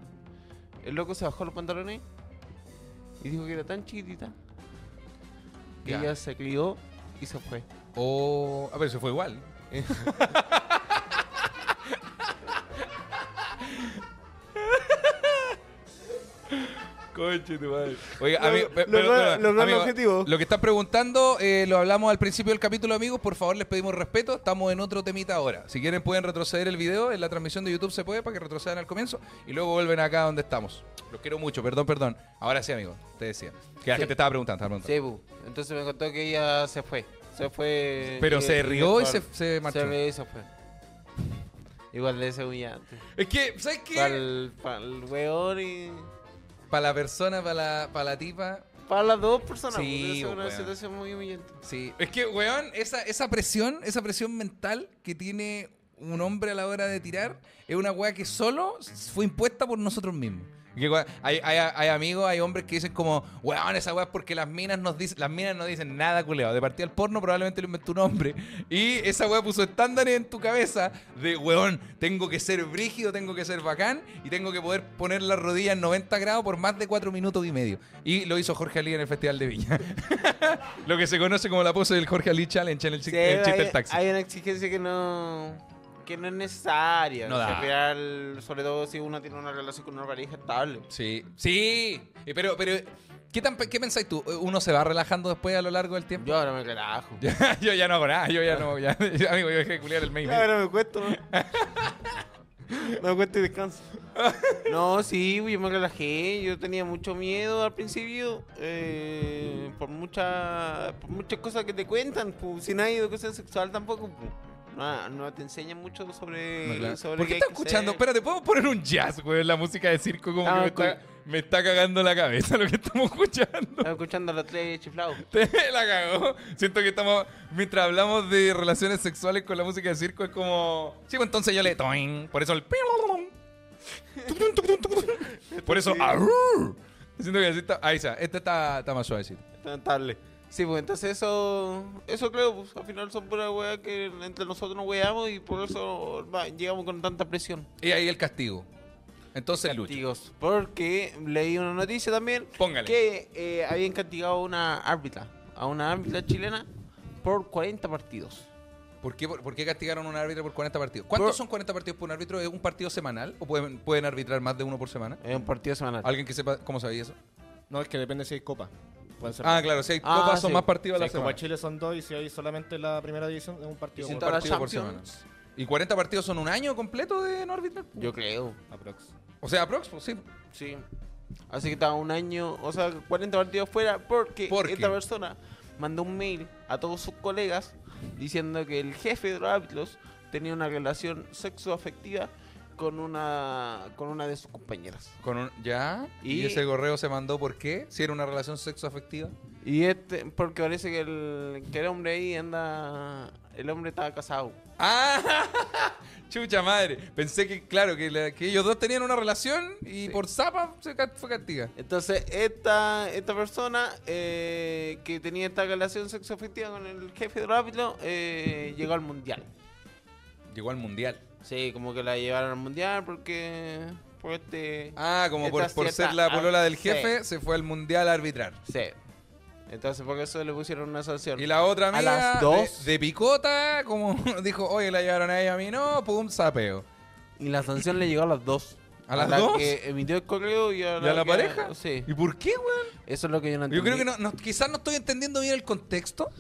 Speaker 3: El loco se bajó los pantalones y dijo que era tan chiquitita que
Speaker 1: Ya.
Speaker 3: ella se clió y se fue.
Speaker 1: O. A ver, se fue igual. Coche, tu madre. Oiga,
Speaker 3: Lo-
Speaker 1: amigo, pe-
Speaker 3: logró-
Speaker 1: perdona,
Speaker 3: logró el
Speaker 1: amigo,
Speaker 3: objetivo.
Speaker 1: Lo que están preguntando, eh, lo hablamos al principio del capítulo, amigos. Por favor, les pedimos respeto. Estamos en otro temita ahora. Si quieren, pueden retroceder el video. En la transmisión de YouTube se puede para que retrocedan al comienzo y luego vuelven acá donde estamos. Los quiero mucho, perdón, perdón. Ahora sí, amigo, te decía. Que la
Speaker 3: Sí.
Speaker 1: gente estaba preguntando. estaba preguntando.
Speaker 3: Sí, bu. Entonces me contó que ella se fue. Se fue.
Speaker 1: Pero se rió y
Speaker 3: fue-
Speaker 1: se- se marchó.
Speaker 3: Se rió y se fue. Igual de ese humillante.
Speaker 1: Es que, ¿sabes qué?
Speaker 3: Para el, weón y.
Speaker 1: Para la persona, para la, para la tipa.
Speaker 3: Para las dos personas.
Speaker 1: Sí,
Speaker 3: bu. Debe ser
Speaker 1: bu,
Speaker 3: una
Speaker 1: weón.
Speaker 3: situación muy humillante.
Speaker 1: Sí. Es que, weón, esa, esa presión, esa presión mental que tiene un hombre a la hora de tirar, es una weá que solo fue impuesta por nosotros mismos. Que, weón, hay, hay- hay amigos, hay hombres que dicen como, weón, esa weá es porque las minas nos dicen, las minas no dicen nada, culeado. De partida del porno probablemente lo inventó un hombre. Y esa weá puso estándares en tu cabeza de, weón, tengo que ser brígido, tengo que ser bacán y tengo que poder poner la rodilla en 90 grados por más de 4 minutos y medio. Y lo hizo Jorge Ali en el Festival de Viña. Lo que se conoce como la pose del Jorge Ali Challenge en el, chi-
Speaker 3: Sí,
Speaker 1: el chiste
Speaker 3: hay,
Speaker 1: del taxi.
Speaker 3: hay una exigencia que no que no es necesaria.
Speaker 1: No
Speaker 3: O sea,
Speaker 1: da.
Speaker 3: al final, sobre todo si uno tiene una relación con una pareja estable.
Speaker 1: Sí, sí. Eh, Pero, pero ¿qué, tan, pe- ¿qué pensáis tú? Eh, ¿Uno se va relajando después a lo largo del tiempo?
Speaker 3: Yo ahora me relajo.
Speaker 1: Yo, ya no hago nada, yo ya no. ya- amigo, yo dejé de culiar el mail.
Speaker 3: Ya, ahora me cuesto. ¿no? me acuesto y descanso. No, sí, yo me relajé. Yo tenía mucho miedo al principio. eh, por, mucha, por muchas cosas que te cuentan. Pues, si no hay educación sexual tampoco. pues, No, no te enseñan mucho sobre,
Speaker 1: No, claro.
Speaker 3: sobre
Speaker 1: ¿Por qué
Speaker 3: hay
Speaker 1: estás
Speaker 3: que
Speaker 1: escuchando?
Speaker 3: hacer.
Speaker 1: Espérate, ¿podemos poner un jazz, güey? La música de circo como
Speaker 3: Ah,
Speaker 1: que me está,
Speaker 3: cool.
Speaker 1: me está cagando la cabeza lo que estamos escuchando.
Speaker 3: Estaba escuchando a los tres chiflados.
Speaker 1: Te la cagó. Siento que estamos. Mientras hablamos de relaciones sexuales con la música de circo, es como. Sí, pues entonces yo le. toing. Por eso el. Por eso. arrr. Siento que así está. Ahí está. Este está, está más suavecito.
Speaker 3: Tarde. Sí, pues entonces eso, eso creo, pues al final son puras weas que entre nosotros nos weamos y por eso va, llegamos con tanta presión.
Speaker 1: Y ahí el castigo. Entonces, Lucho.
Speaker 3: Castigos. Porque leí una noticia también
Speaker 1: Póngale.
Speaker 3: que eh, habían castigado a una árbitra, a una árbitra chilena por 40 partidos.
Speaker 1: ¿Por qué, por, por qué castigaron a un árbitro por 40 partidos? ¿Cuántos
Speaker 3: Por-
Speaker 1: son 40 partidos por un árbitro? ¿Es un partido semanal? ¿O pueden, pueden arbitrar más de uno por semana?
Speaker 3: Es un partido semanal.
Speaker 1: ¿Alguien que sepa cómo sabía eso?
Speaker 4: No, es que depende si hay copa. Pueden ser
Speaker 1: Ah, claro, si hay
Speaker 3: Ah,
Speaker 1: copas son
Speaker 3: sí.
Speaker 1: más
Speaker 4: Si
Speaker 1: partidos a
Speaker 4: hay
Speaker 1: la
Speaker 4: Copa
Speaker 1: semana.
Speaker 4: Chile son dos y si hay solamente la primera división es un partido.
Speaker 1: Un
Speaker 4: por
Speaker 3: toda la
Speaker 1: partido por semana.
Speaker 3: Champions.
Speaker 1: ¿Y 40 partidos son un año completo de no arbitrar?
Speaker 3: Yo creo.
Speaker 4: Aprox.
Speaker 1: O sea, aprox, pues, sí.
Speaker 3: Sí. Así que estaba un año, o sea, 40 partidos fuera porque
Speaker 1: ¿Por qué?
Speaker 3: esta persona mandó un mail a todos sus colegas diciendo que el jefe de los árbitros tenía una relación sexoafectiva con una con una de sus compañeras.
Speaker 1: Con un- ¿Ya? ¿Y?
Speaker 3: Y-
Speaker 1: ese correo se mandó por qué? ¿Si era una relación sexoafectiva?
Speaker 3: Y este porque parece que el que el hombre ahí anda el hombre estaba casado.
Speaker 1: ¡Ah! Chucha madre. Pensé que, claro, que, la- que ellos dos tenían una relación y
Speaker 3: Sí.
Speaker 1: por zapa se ca- fue castiga.
Speaker 3: Entonces, esta, esta persona eh, que tenía esta relación sexoafectiva con el jefe de los árbitros eh, llegó al mundial.
Speaker 1: Llegó al mundial.
Speaker 3: Sí, como que la llevaron al mundial porque. Por este.
Speaker 1: Ah, como por,
Speaker 3: Esta
Speaker 1: por
Speaker 3: cierta-
Speaker 1: ser la polola
Speaker 3: ah,
Speaker 1: del
Speaker 3: sí.
Speaker 1: jefe, se fue al mundial a arbitrar.
Speaker 3: Sí. Entonces, por eso le pusieron una sanción.
Speaker 1: Y la otra amiga
Speaker 3: A las dos.
Speaker 1: De, de picota, como dijo, oye, la llevaron a ella a mí, no, pues, pum, sapeo.
Speaker 3: Y la sanción le llegó a las dos.
Speaker 1: ¿A las
Speaker 3: la
Speaker 1: dos?
Speaker 3: que emitió el correo y a
Speaker 1: ¿Y
Speaker 3: la,
Speaker 1: a la
Speaker 3: que-
Speaker 1: pareja?
Speaker 3: Sí.
Speaker 1: ¿Y por qué, weón?
Speaker 3: Eso es lo que yo no
Speaker 1: Yo
Speaker 3: entendí.
Speaker 1: creo que no, no- quizás no estoy entendiendo bien el contexto.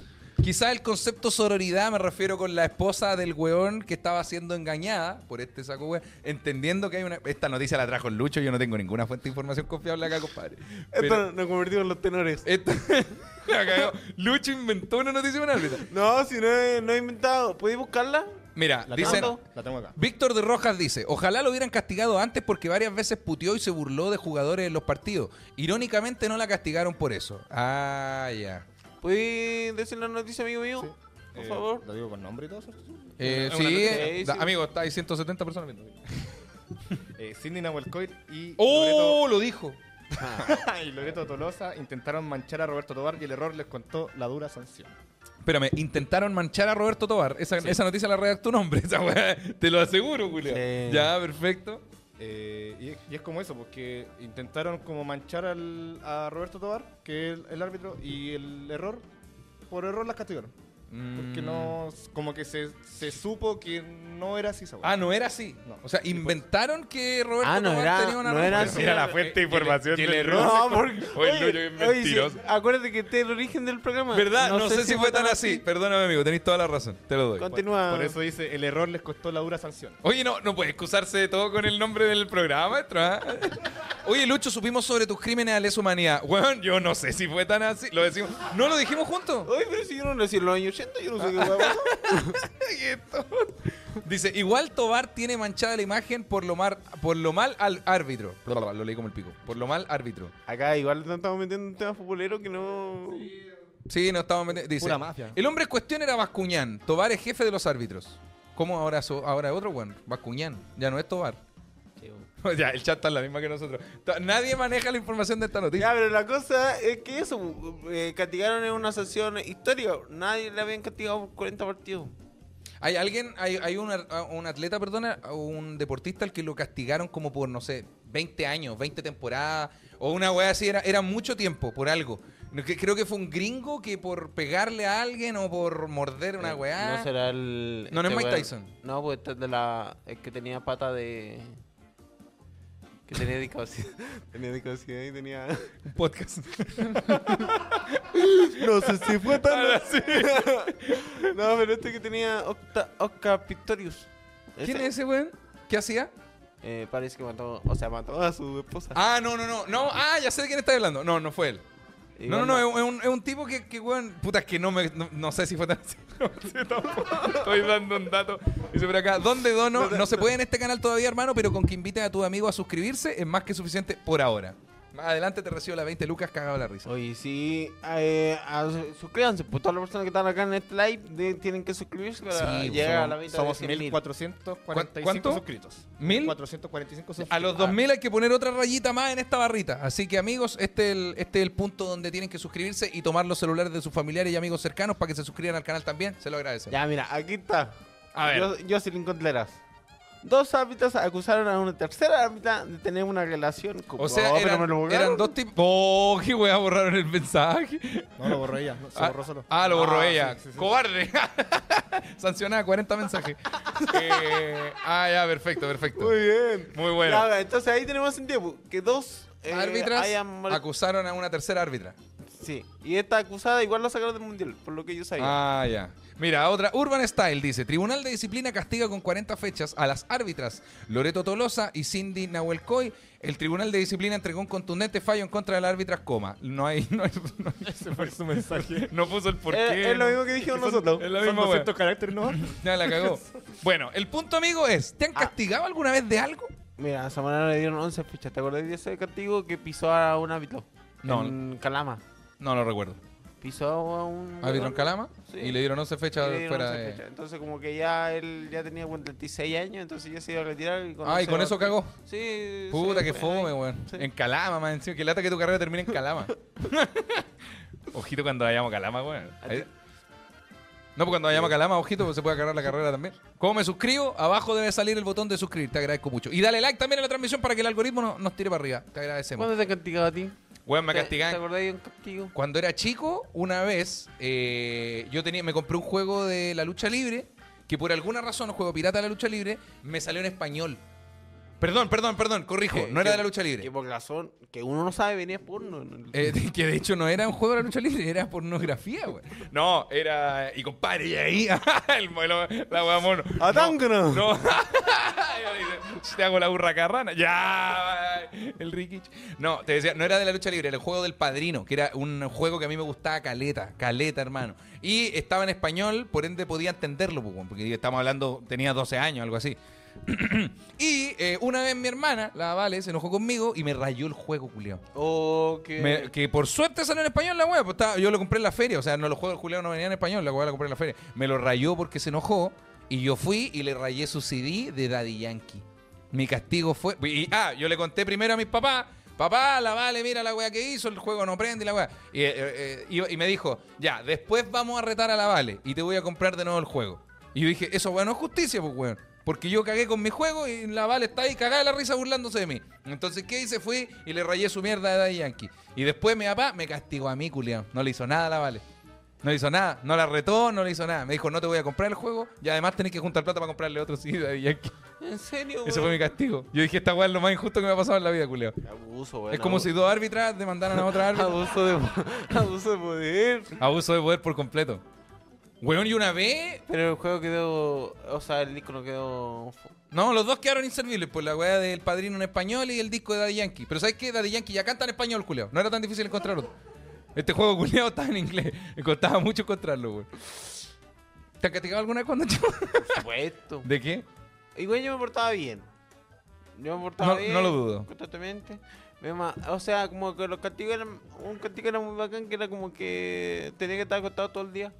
Speaker 1: Quizás el concepto sororidad me refiero con la esposa del weón que estaba siendo engañada por este saco weón. Entendiendo que hay una. Esta noticia la trajo el Lucho, yo no tengo ninguna fuente de información confiable acá, compadre. Pero-
Speaker 3: nos convertimos en los tenores.
Speaker 1: Esto- la cagó. Lucho inventó una noticia de un árbitro.
Speaker 3: No, si no he, no he inventado. ¿Puedes buscarla?
Speaker 1: Mira,
Speaker 4: La
Speaker 1: dicen.
Speaker 4: tengo acá, La tengo acá.
Speaker 1: Víctor de Rojas dice, ojalá lo hubieran castigado antes porque varias veces puteó y se burló de jugadores en los partidos. Irónicamente no la castigaron por eso. Ah, ya.
Speaker 3: ¿Puedes decir la noticia, amigo mío? Por
Speaker 4: Eh,
Speaker 3: favor.
Speaker 4: Lo digo con nombre y todo, ¿cierto?
Speaker 1: Eh,
Speaker 4: Es una
Speaker 1: sí,
Speaker 4: noticia.
Speaker 1: eh,
Speaker 3: sí,
Speaker 1: da-
Speaker 3: sí.
Speaker 1: amigo, está, hay 170 personas viendo.
Speaker 4: Eh, Sidney Nahuelcoit y
Speaker 1: ¡Oh! Lo dijo.
Speaker 4: Loreto, y Loreto Tolosa intentaron manchar a Roberto Tobar y el error les contó la dura sanción.
Speaker 1: Espérame, intentaron manchar a Roberto Tobar. Esa, esa noticia la redactó un hombre, esa weá. Te lo aseguro, Julián.
Speaker 3: Sí.
Speaker 1: Ya, perfecto.
Speaker 4: Eh, y, es- y es como eso, porque intentaron como manchar al, a Roberto Tobar, que es el, el árbitro, y el error, por error las castigaron. Porque
Speaker 1: Mm.
Speaker 4: no, como que se, se supo que no era así esa weá.
Speaker 1: Ah, no era así.
Speaker 4: No.
Speaker 1: O sea, inventaron que Roberto
Speaker 3: pues. Ah, no
Speaker 1: Tobar
Speaker 3: era-
Speaker 1: tenía una
Speaker 3: no era
Speaker 1: relación.
Speaker 3: así. Mira la
Speaker 4: fuente de información
Speaker 1: Y el, y
Speaker 4: del
Speaker 1: el error.
Speaker 3: No, porque.
Speaker 1: Oye, el Lucho es
Speaker 3: oye, sí,
Speaker 1: mentiroso.
Speaker 3: acuérdate que este es el origen del programa.
Speaker 1: ¿Verdad? No, sé, si fue tan así. Perdóname, amigo, tenéis toda la razón. Te lo doy.
Speaker 3: Con-
Speaker 4: Por-
Speaker 3: continúa.
Speaker 4: Por eso dice, el error les costó la dura sanción.
Speaker 1: Oye, no, no puede excusarse de todo con el nombre del programa, maestro, ¿ah? Oye, Lucho, supimos sobre tus crímenes a lesa humanidad. Bueno, yo no sé si fue tan así. Lo decimos. ¿No lo dijimos juntos?
Speaker 3: Oye, pero si yo no nací en los años 80, yo no sé qué hueá pasó.
Speaker 1: Dice, igual Tobar tiene manchada la imagen por lo, mar- por lo mal al árbitro. Bla, bla, bla, Lo leí como el pico. Por lo mal árbitro.
Speaker 3: Acá igual nos estamos metiendo en un tema futbolero que no...
Speaker 1: Sí, no estamos metiendo. Dice,
Speaker 4: Pura mafia.
Speaker 1: el hombre en cuestión era Bascuñán. Tobar es jefe de los árbitros. ¿Cómo ahora, so- ahora es otro, weón? Bascuñán. Ya no es Tobar. ya, el chat está en la misma que nosotros. Ta- Nadie maneja la información de esta
Speaker 3: Ya,
Speaker 1: noticia.
Speaker 3: pero la cosa es que eso, eh, castigaron en una sanción histórica. Nadie le habían castigado por 40 partidos.
Speaker 1: Hay alguien, hay, hay un, ar- a- un atleta, perdona, a un deportista al que lo castigaron como por, no sé, 20 años, 20 temporadas, o una weá así, era, era mucho tiempo por algo. No, que- Creo que fue un gringo que por pegarle a alguien o por morder una weá.
Speaker 3: Eh, No será el...
Speaker 1: No, no es Mike
Speaker 3: weón.
Speaker 1: Tyson.
Speaker 3: No, pues este es de la... Es que tenía pata de... Que tenía discapacidad. tenía discapacidad y tenía...
Speaker 1: Un podcast.
Speaker 3: No sé si fue tan...
Speaker 1: Ahora sí.
Speaker 3: no, pero este que tenía Octa- Oscar Pistorius.
Speaker 1: ¿Quién
Speaker 3: Ese,
Speaker 1: es ese weón? ¿Qué hacía?
Speaker 3: eh, parece que mató... O sea, mató a su esposa.
Speaker 1: Ah, no, no, no. No, ah, ya sé de quién está hablando. No, no fue él. No, no,
Speaker 3: Igual
Speaker 1: no, es un- es un, es un tipo que, que, weón, puta, es que no me, no, no sé si fue tan así. No sé tampoco. Estoy dando un dato. Dice por acá, ¿dónde dono? No se puede en este canal todavía, hermano, pero con que inviten a tu amigo a suscribirse es más que suficiente por ahora. Más adelante te recibo las 20 lucas, cagado la risa.
Speaker 3: Oye, sí, eh, a- suscríbanse, pues todas las personas que están acá en este live de- tienen que suscribirse para
Speaker 1: Sí,
Speaker 3: llegar a la meta
Speaker 4: Somos
Speaker 3: de 100.000.
Speaker 4: 1445
Speaker 1: ¿Cuánto?
Speaker 4: suscritos.
Speaker 1: ¿Mil?
Speaker 4: 445 suscritos.
Speaker 1: A los 2000 hay que poner otra rayita más en esta barrita. Así que, amigos, este es el, este es el punto donde tienen que suscribirse y tomar los celulares de sus familiares y amigos cercanos para que se suscriban al canal también. Se lo agradecemos.
Speaker 3: Ya, mira, aquí está.
Speaker 1: A ver.
Speaker 3: Yo, Jocelyn Contreras. Dos árbitros acusaron a una tercera árbitra de tener una relación con...
Speaker 1: O sea,
Speaker 3: No, pero me
Speaker 1: eran,
Speaker 3: lo borraron.
Speaker 1: eran dos tipos. ¡Oh, qué weá! Borraron el mensaje.
Speaker 4: No, lo borró ella. no, se
Speaker 1: Ah,
Speaker 4: borró solo.
Speaker 1: Ah, lo borró
Speaker 4: Ah,
Speaker 1: ella.
Speaker 4: sí, sí, sí.
Speaker 1: ¡Cobarde! Sancionada, 40 mensajes. Eh, ah, ya, perfecto, perfecto.
Speaker 3: Muy bien.
Speaker 1: Muy bueno.
Speaker 3: Ya, entonces ahí tenemos sentido pu, que dos eh,
Speaker 1: Árbitras
Speaker 3: hayan mal-
Speaker 1: acusaron a una tercera árbitra.
Speaker 3: Sí. Y esta acusada igual la sacaron del mundial, por lo que yo sabía.
Speaker 1: Ah, ya. Mira, otra. Urban Style dice: Tribunal de Disciplina castiga con 40 fechas a las árbitras Loreto Tolosa y Cindy Nahuelcoy. El Tribunal de Disciplina entregó un contundente fallo en contra de las árbitras, coma. No hay. No, hay- no hay-
Speaker 4: Ese fue su mensaje.
Speaker 1: no puso el porqué.
Speaker 3: Eh, es lo
Speaker 1: no-
Speaker 3: mismo que dijimos
Speaker 4: Son-
Speaker 3: nosotros.
Speaker 1: es la
Speaker 4: son
Speaker 1: misma wea.
Speaker 4: 200 caracteres, ¿no?
Speaker 1: Ya la cagó. Bueno, el punto, amigo, es:
Speaker 3: Ah.
Speaker 1: ¿te han castigado alguna vez de algo?
Speaker 3: Mira, a Samara le dieron 11 fichas. ¿Te acordás de ese castigo que pisó a un árbitro?
Speaker 1: No.
Speaker 3: En Calama.
Speaker 1: No lo recuerdo.
Speaker 3: Pisó a un.
Speaker 1: Árbitro en Calama
Speaker 3: Sí.
Speaker 1: y le dieron 11 fechas
Speaker 3: Y le dieron
Speaker 1: fuera
Speaker 3: 11
Speaker 1: de-
Speaker 3: fechas. Entonces, como que ya él ya tenía 46 años, entonces ya se iba a retirar. Y con
Speaker 1: Ah, y
Speaker 3: 11
Speaker 1: con eso
Speaker 3: batió.
Speaker 1: cagó.
Speaker 3: Sí.
Speaker 1: Puta,
Speaker 3: sí,
Speaker 1: que
Speaker 3: fue
Speaker 1: fome,
Speaker 3: ahí.
Speaker 1: weón.
Speaker 3: Sí.
Speaker 1: En Calama, más encima. Que lata que tu carrera termine en Calama. ojito cuando vayamos a Calama, weón. Ahí- No, pues cuando vayamos a Calama, ojito, pues se puede agarrar la carrera también. ¿Cómo me suscribo? Abajo debe salir el botón de suscribir. Te agradezco mucho. Y dale like también a la transmisión para que el algoritmo no- nos tire para arriba. Te agradecemos.
Speaker 3: ¿Cuándo te han castigado a ti?
Speaker 1: Weón, me
Speaker 3: ¿Te- ¿Te
Speaker 1: castigan.
Speaker 3: acordás de un castigo?
Speaker 1: Cuando era chico, una vez, eh, yo tenía, me compré un juego de la lucha libre, que por alguna razón, un juego pirata de la lucha libre, me salió en español. Perdón, perdón, perdón, corrijo,
Speaker 3: Que-
Speaker 1: no era
Speaker 3: que-
Speaker 1: de la lucha libre.
Speaker 3: Que por razón, que uno no sabe, venía porno. en el-
Speaker 1: Eh, de- que de hecho no era un juego de la lucha libre, era pornografía, güey. No, era. Y compadre, y ahí. el modelo, la wea mono.
Speaker 3: ¡Atángano!
Speaker 1: No. Te hago la burra carrana. Ya. El Ricky. No, te decía, no era de la lucha libre, era el juego del padrino, que era un juego que a mí me gustaba caleta, caleta, hermano. Y estaba en español, por ende podía entenderlo, pues, weón, porque estamos hablando, tenía 12 años, algo así. y eh, una vez mi hermana, la Vale, se enojó conmigo y me rayó el juego, culiao.
Speaker 3: O Oh, que.
Speaker 1: Me- que por suerte salió en español la weá. pues, estaba- yo lo compré en la feria. O sea, no lo juego el Julián no venía en español, la weá la compré en la feria. Me lo rayó porque se enojó. Y yo fui y le rayé su CD de Daddy Yankee. Mi castigo fue. y- ah, yo le conté primero a mis papás. Papá, la vale, mira la weá que hizo, el juego no prende y la weá. Y, eh, eh, iba- y me dijo, ya, después vamos a retar a la vale y te voy a comprar de nuevo el juego. Y yo dije, eso weón no es justicia, pues weón. Porque yo cagué con mi juego y la Vale está ahí cagada de la risa burlándose de mí. Entonces, ¿qué hice? Fui y le rayé su mierda de Daddy Yankee. Y después mi papá me castigó a mí, culiao. No le hizo nada a la Vale. No le hizo nada. No la retó, no le hizo nada. Me dijo, no te voy a comprar el juego y además tenés que juntar plata para comprarle otro CD de Daddy Yankee.
Speaker 3: ¿En serio?
Speaker 1: Ese fue
Speaker 3: weón?
Speaker 1: mi castigo. Yo dije, esta weá es lo más injusto que me ha pasado en la vida, culiao.
Speaker 3: Abuso, weón.
Speaker 1: Es como si dos árbitras demandaran a otra árbitra.
Speaker 3: Abuso de, abuso de poder.
Speaker 1: Abuso de poder por completo. Weón, y una vez
Speaker 3: Pero el juego quedó. O sea, el disco no quedó. fu-
Speaker 1: No, los dos quedaron inservibles, pues la weá del padrino en español y el disco de Daddy Yankee. Pero ¿sabes qué? Daddy Yankee ya canta en español, culiao. No era tan difícil encontrar otro. Este juego, culiao, estaba en inglés. Me costaba mucho encontrarlo, weón. ¿Te han castigado alguna vez cuando chico?
Speaker 3: Puesto.
Speaker 1: ¿De qué?
Speaker 3: Igual yo me portaba bien. Yo me portaba
Speaker 1: No-
Speaker 3: bien.
Speaker 1: no lo dudo.
Speaker 3: Constantemente. Mi mamá- O sea, como que los castigos eran. Un castigo era muy bacán que era como que tenía que estar acostado todo el día.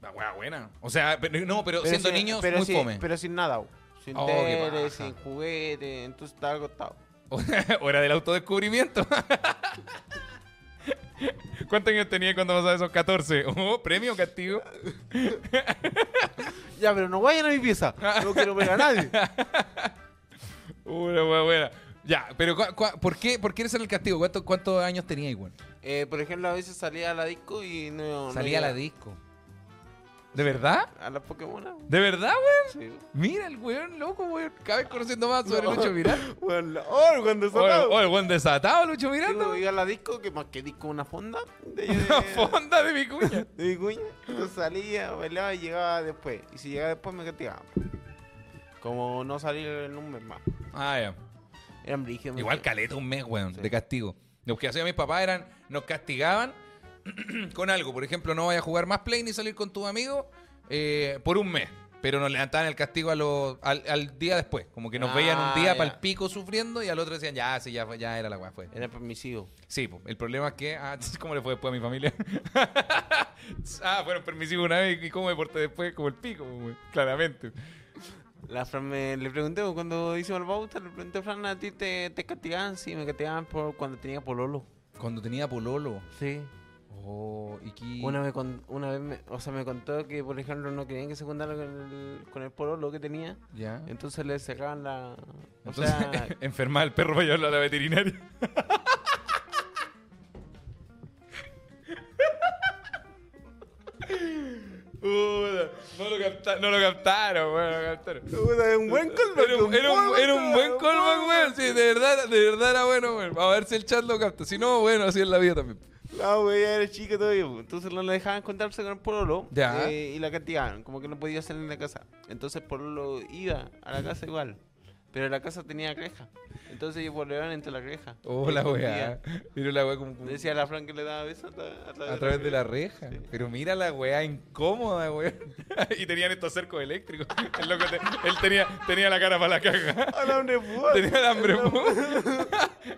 Speaker 1: La weá buena. O sea, pero- no, pero, siendo
Speaker 3: sin-
Speaker 1: niños,
Speaker 3: pero
Speaker 1: muy
Speaker 3: sin-
Speaker 1: fome.
Speaker 3: Pero sin nada, weón. Sin
Speaker 1: Oh, qué
Speaker 3: tele,
Speaker 1: paja.
Speaker 3: sin juguete. Entonces estaba acostado.
Speaker 1: o era del autodescubrimiento. ¿Cuántos años tenía cuando pasaba esos 14? Oh, ¿Premio o castigo?
Speaker 3: Ya, pero no vayan a mi pieza. No quiero ver a nadie.
Speaker 1: Una weá buena. Ya, pero ¿cu- cu- por, qué, ¿por qué ese era el castigo? ¿Cuánto- ¿Cuántos años tenía igual?
Speaker 3: Eh, por ejemplo, a veces salía a la disco y no. no
Speaker 1: Salía la
Speaker 3: llegaba.
Speaker 1: disco. ¿De verdad?
Speaker 3: A las Pokémon.
Speaker 1: ¿De verdad, weón?
Speaker 3: Sí.
Speaker 1: Mira el weón loco, weón. Cada vez conociendo más sobre Lucho Miranda.
Speaker 3: Bueno, oh, cuando
Speaker 1: O, o el weón desatado, Lucho Miranda.
Speaker 3: Yo
Speaker 1: weón.
Speaker 3: iba a la disco, que más que disco, una fonda. De,
Speaker 1: Una
Speaker 3: de,
Speaker 1: fonda de mi cuña.
Speaker 3: de mi cuña. Entonces salía, bailaba y llegaba después. Y si llegaba después, me castigaba. Como no salir en un mes más.
Speaker 1: Ah, ya.
Speaker 3: Eran brígidos. me
Speaker 1: Igual
Speaker 3: decían.
Speaker 1: caleta un mes, weón,
Speaker 3: Sí.
Speaker 1: de castigo. Lo que hacían mis papás eran, nos castigaban con algo. Por ejemplo, no vayas a jugar más play ni salir con tus amigos eh, por un mes. Pero nos levantaban el castigo a los- al, al día después. Como que nos
Speaker 3: Ah,
Speaker 1: veían un día
Speaker 3: ya.
Speaker 1: para el pico sufriendo y al otro decían, ya, sí, ya, fue, ya era la weá, fue.
Speaker 3: Era permisivo.
Speaker 1: Sí, po. el problema es que. Ah, ¿Cómo le fue después a mi familia? ah, fueron permisivos una vez y cómo me porté después como el pico, po, güey. claramente.
Speaker 3: La Fran me- le pregunté pues, cuando hicimos el bauta, le pregunté a Fran, ¿a ti te, te castigaban? Sí, me castigaban por cuando tenía pololo.
Speaker 1: Cuando tenía Pololo.
Speaker 3: Sí.
Speaker 1: Oh, y que-
Speaker 3: Una, me con- una vez, me, o sea, me contó que, por ejemplo, no querían que se juntara con el, con el pololo que tenía.
Speaker 1: Ya.
Speaker 3: Entonces le cerraban la... O
Speaker 1: Entonces,
Speaker 3: sea,
Speaker 1: enfermar al perro para llevarlo a la veterinaria. Puta, no, lo capta- no lo captaron, weón, no lo captaron.
Speaker 3: puta, es un buen colmo.
Speaker 1: Era un, era un- era un buen callback, weón. Sí, de verdad, de verdad era bueno, weón. A ver si el chat lo capta. Si no, bueno, así es la vida también.
Speaker 3: No, güey, ella era chica todavía. pues. Entonces no la dejaban contarse con el pololo.
Speaker 1: Ya.
Speaker 3: eh, y la castigaban, como que no podía salir de la casa. Entonces el pololo iba a la casa igual. Pero la casa tenía reja. Entonces ellos volvían entre la reja.
Speaker 1: Oh, la
Speaker 3: Escondía.
Speaker 1: weá. Mira la weá como, como-
Speaker 3: Le Decía a la Fran que le daba besos a, tra-
Speaker 1: a través de la reja.
Speaker 3: Sí.
Speaker 1: Pero mira la weá incómoda, weón. y tenían estos cercos eléctricos. El loco te- él tenía, tenía la cara para la caja.
Speaker 3: A la Unefua.
Speaker 1: Tenía el hambre.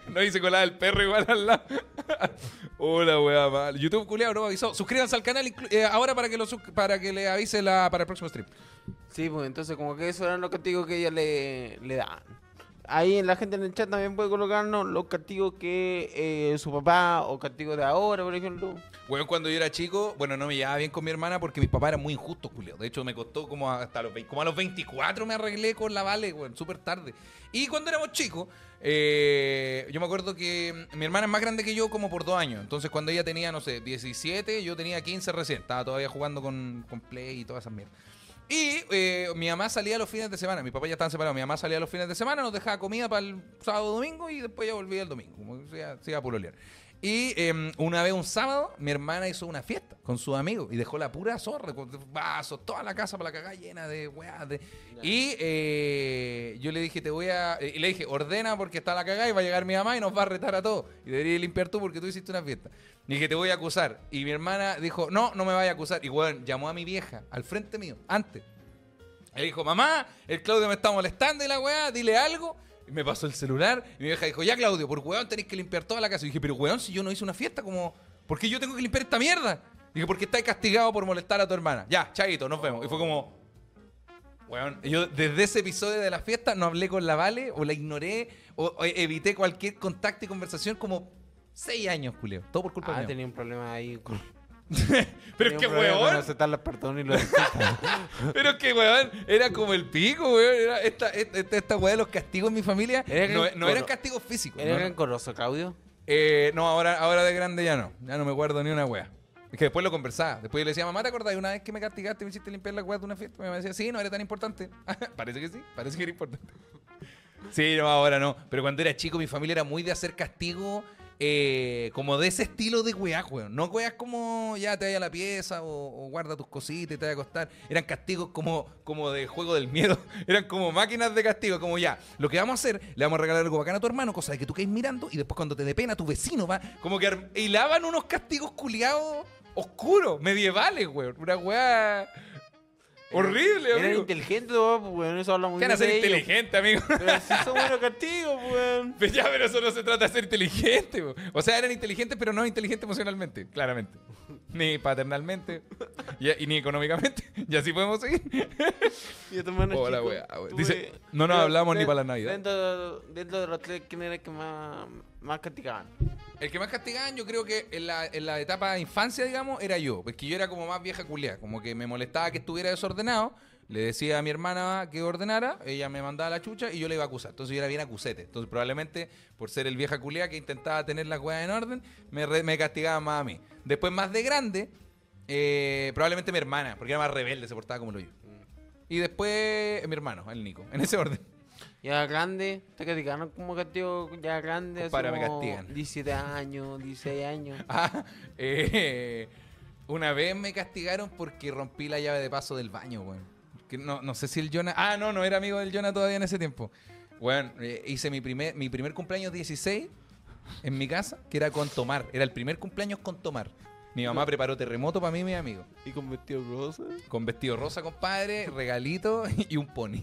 Speaker 1: no hice colada el perro igual al lado. Hola, weá, mal. YouTube culeado no avisó. Suscríbanse al canal inclu- eh, ahora para que lo sus- para que le avise la, para el próximo stream.
Speaker 3: Sí, pues entonces como que eso eran los castigos que ella le, le daban. Ahí la gente en el chat también puede colocarnos los castigos que eh, su papá o castigos de ahora, por ejemplo.
Speaker 1: Bueno, cuando yo era chico, bueno, no me llevaba bien con mi hermana porque mi papá era muy injusto, Julio. De hecho, me costó como hasta los, vein- como a los 24 me arreglé con la Vale, weón, súper tarde. Y cuando éramos chicos, eh, yo me acuerdo que mm, mi hermana es más grande que yo como por dos años. Entonces, cuando ella tenía, no sé, 17, yo tenía 15 recién. Estaba todavía jugando con, con Play y todas esas mierdas. Y eh, mi mamá salía los fines de semana. Mi papá ya estaban separados. Mi mamá salía los fines de semana, nos dejaba comida para el sábado domingo y después ya volvía el domingo. Como que se iba- se iba a pololear. Y eh, una vez un sábado, mi hermana hizo una fiesta con sus amigos y dejó la pura zorra, con vasos, toda la casa para la cagada llena de weas. de- Y eh, yo le dije, te voy a. eh, Y le dije, ordena porque está la cagada y va a llegar mi mamá y nos va a retar a todos. Y deberías limpiar tú porque tú hiciste una fiesta. Y dije, te voy a acusar. Y mi hermana dijo, no, no me vaya a acusar. Y weón, llamó a mi vieja al frente mío, antes. Él dijo, mamá, el Claudio me está molestando y la weá, dile algo. Y me pasó el celular. Y mi vieja dijo, ya Claudio, por weón tenéis que limpiar toda la casa. Y dije, pero weón, si yo no hice una fiesta, como, ¿por qué yo tengo que limpiar esta mierda? Dije, porque estáis castigado por molestar a tu hermana. Ya, chaito, nos vemos. Y fue como, weón, y yo desde ese episodio de la fiesta no hablé con la Vale, o la ignoré, o, o evité cualquier contacto y conversación como seis años, culeo. Todo por culpa
Speaker 3: Ah,
Speaker 1: mía.
Speaker 3: tenía un problema ahí. Con...
Speaker 1: Pero es
Speaker 3: tenía
Speaker 1: que
Speaker 3: un problema con
Speaker 1: weón,
Speaker 3: aceptar los perdones y los disculpas.
Speaker 1: Pero que, weón, era como el pico, weón. Era esta, esta, esta weá de los castigos en mi familia
Speaker 3: Era
Speaker 1: no,
Speaker 3: el-
Speaker 1: no eran
Speaker 3: bueno,
Speaker 1: castigos físicos.
Speaker 3: ¿Eres
Speaker 1: No, no.
Speaker 3: rencoroso, Claudio?
Speaker 1: Eh, no, ahora, ahora de grande ya no. Ya no me guardo ni una weá. Es que después lo conversaba. Después yo le decía, mamá, ¿te acordás de una vez que me castigaste y me hiciste limpiar la weá de una fiesta? Mi mamá decía, sí, no era tan importante. parece que sí, parece que era importante. Sí, no, ahora no. Pero cuando era chico, mi familia era muy de hacer castigo eh, como de ese estilo de weá, weón. No weas como ya te vaya a la pieza o, o guarda tus cositas y te vaya a acostar. Eran castigos como, como de juego del miedo. Eran como máquinas de castigo, como ya. Lo que vamos a hacer, le vamos a regalar algo bacán a tu hermano, cosa de que tú quedes mirando y después cuando te dé pena, tu vecino va. Como que ar- hilaban unos castigos culiados oscuros, medievales, weón. Una weá horrible,
Speaker 3: Eres
Speaker 1: amigo.
Speaker 3: inteligente, weón, pues, weón. Eso habla muy
Speaker 1: ¿Qué
Speaker 3: bien
Speaker 1: van a ser
Speaker 3: de ellos.
Speaker 1: inteligente, amigo?
Speaker 3: Pero sí son buenos castigos, weón.
Speaker 1: Pues ya, pero eso no se trata de ser inteligente. po. O sea, eran inteligentes, pero no inteligentes emocionalmente, claramente. Ni paternalmente, y, y ni económicamente. Y así podemos seguir.
Speaker 3: Y a tu hermano
Speaker 1: Hola,
Speaker 3: chico,
Speaker 1: weá, weón.
Speaker 3: tú,
Speaker 1: Dice,
Speaker 3: eh,
Speaker 1: no nos
Speaker 3: pero
Speaker 1: hablamos ni
Speaker 3: de-
Speaker 1: para la Navidad.
Speaker 3: Dentro, dentro de los tres, ¿quién era el que más, más castigaban?
Speaker 1: El que más castigaban, yo creo que en la, en la etapa de infancia, digamos, era yo. Porque yo era como más vieja culiada. Como que me molestaba que estuviera desordenado. Le decía a mi hermana que ordenara, ella me mandaba la chucha y yo le iba a acusar. Entonces yo era bien acusete. Entonces probablemente por ser el vieja culiada que intentaba tener las weas en orden, me, re- me castigaba más a mí. Después más de grande, eh, probablemente mi hermana, porque era más rebelde, se portaba como lo yo. Y después mi hermano, el Nico, en ese orden.
Speaker 3: Ya grande, te castigaron como castigo ya grande. así
Speaker 1: Compadre, me
Speaker 3: como
Speaker 1: castigan.
Speaker 3: 17 años, 16 años.
Speaker 1: Ah, eh, una vez me castigaron porque rompí la llave de paso del baño, weón. Que no, no sé si el Jonah. Ah, no, no era amigo del Jonah todavía en ese tiempo. Bueno, hice mi primer, mi primer cumpleaños 16 en mi casa, que era con tomar. Era el primer cumpleaños con tomar. Mi mamá preparó terremoto para mí y mis amigos.
Speaker 3: Y con vestido rosa.
Speaker 1: Con vestido rosa, compadre, regalito y un pony.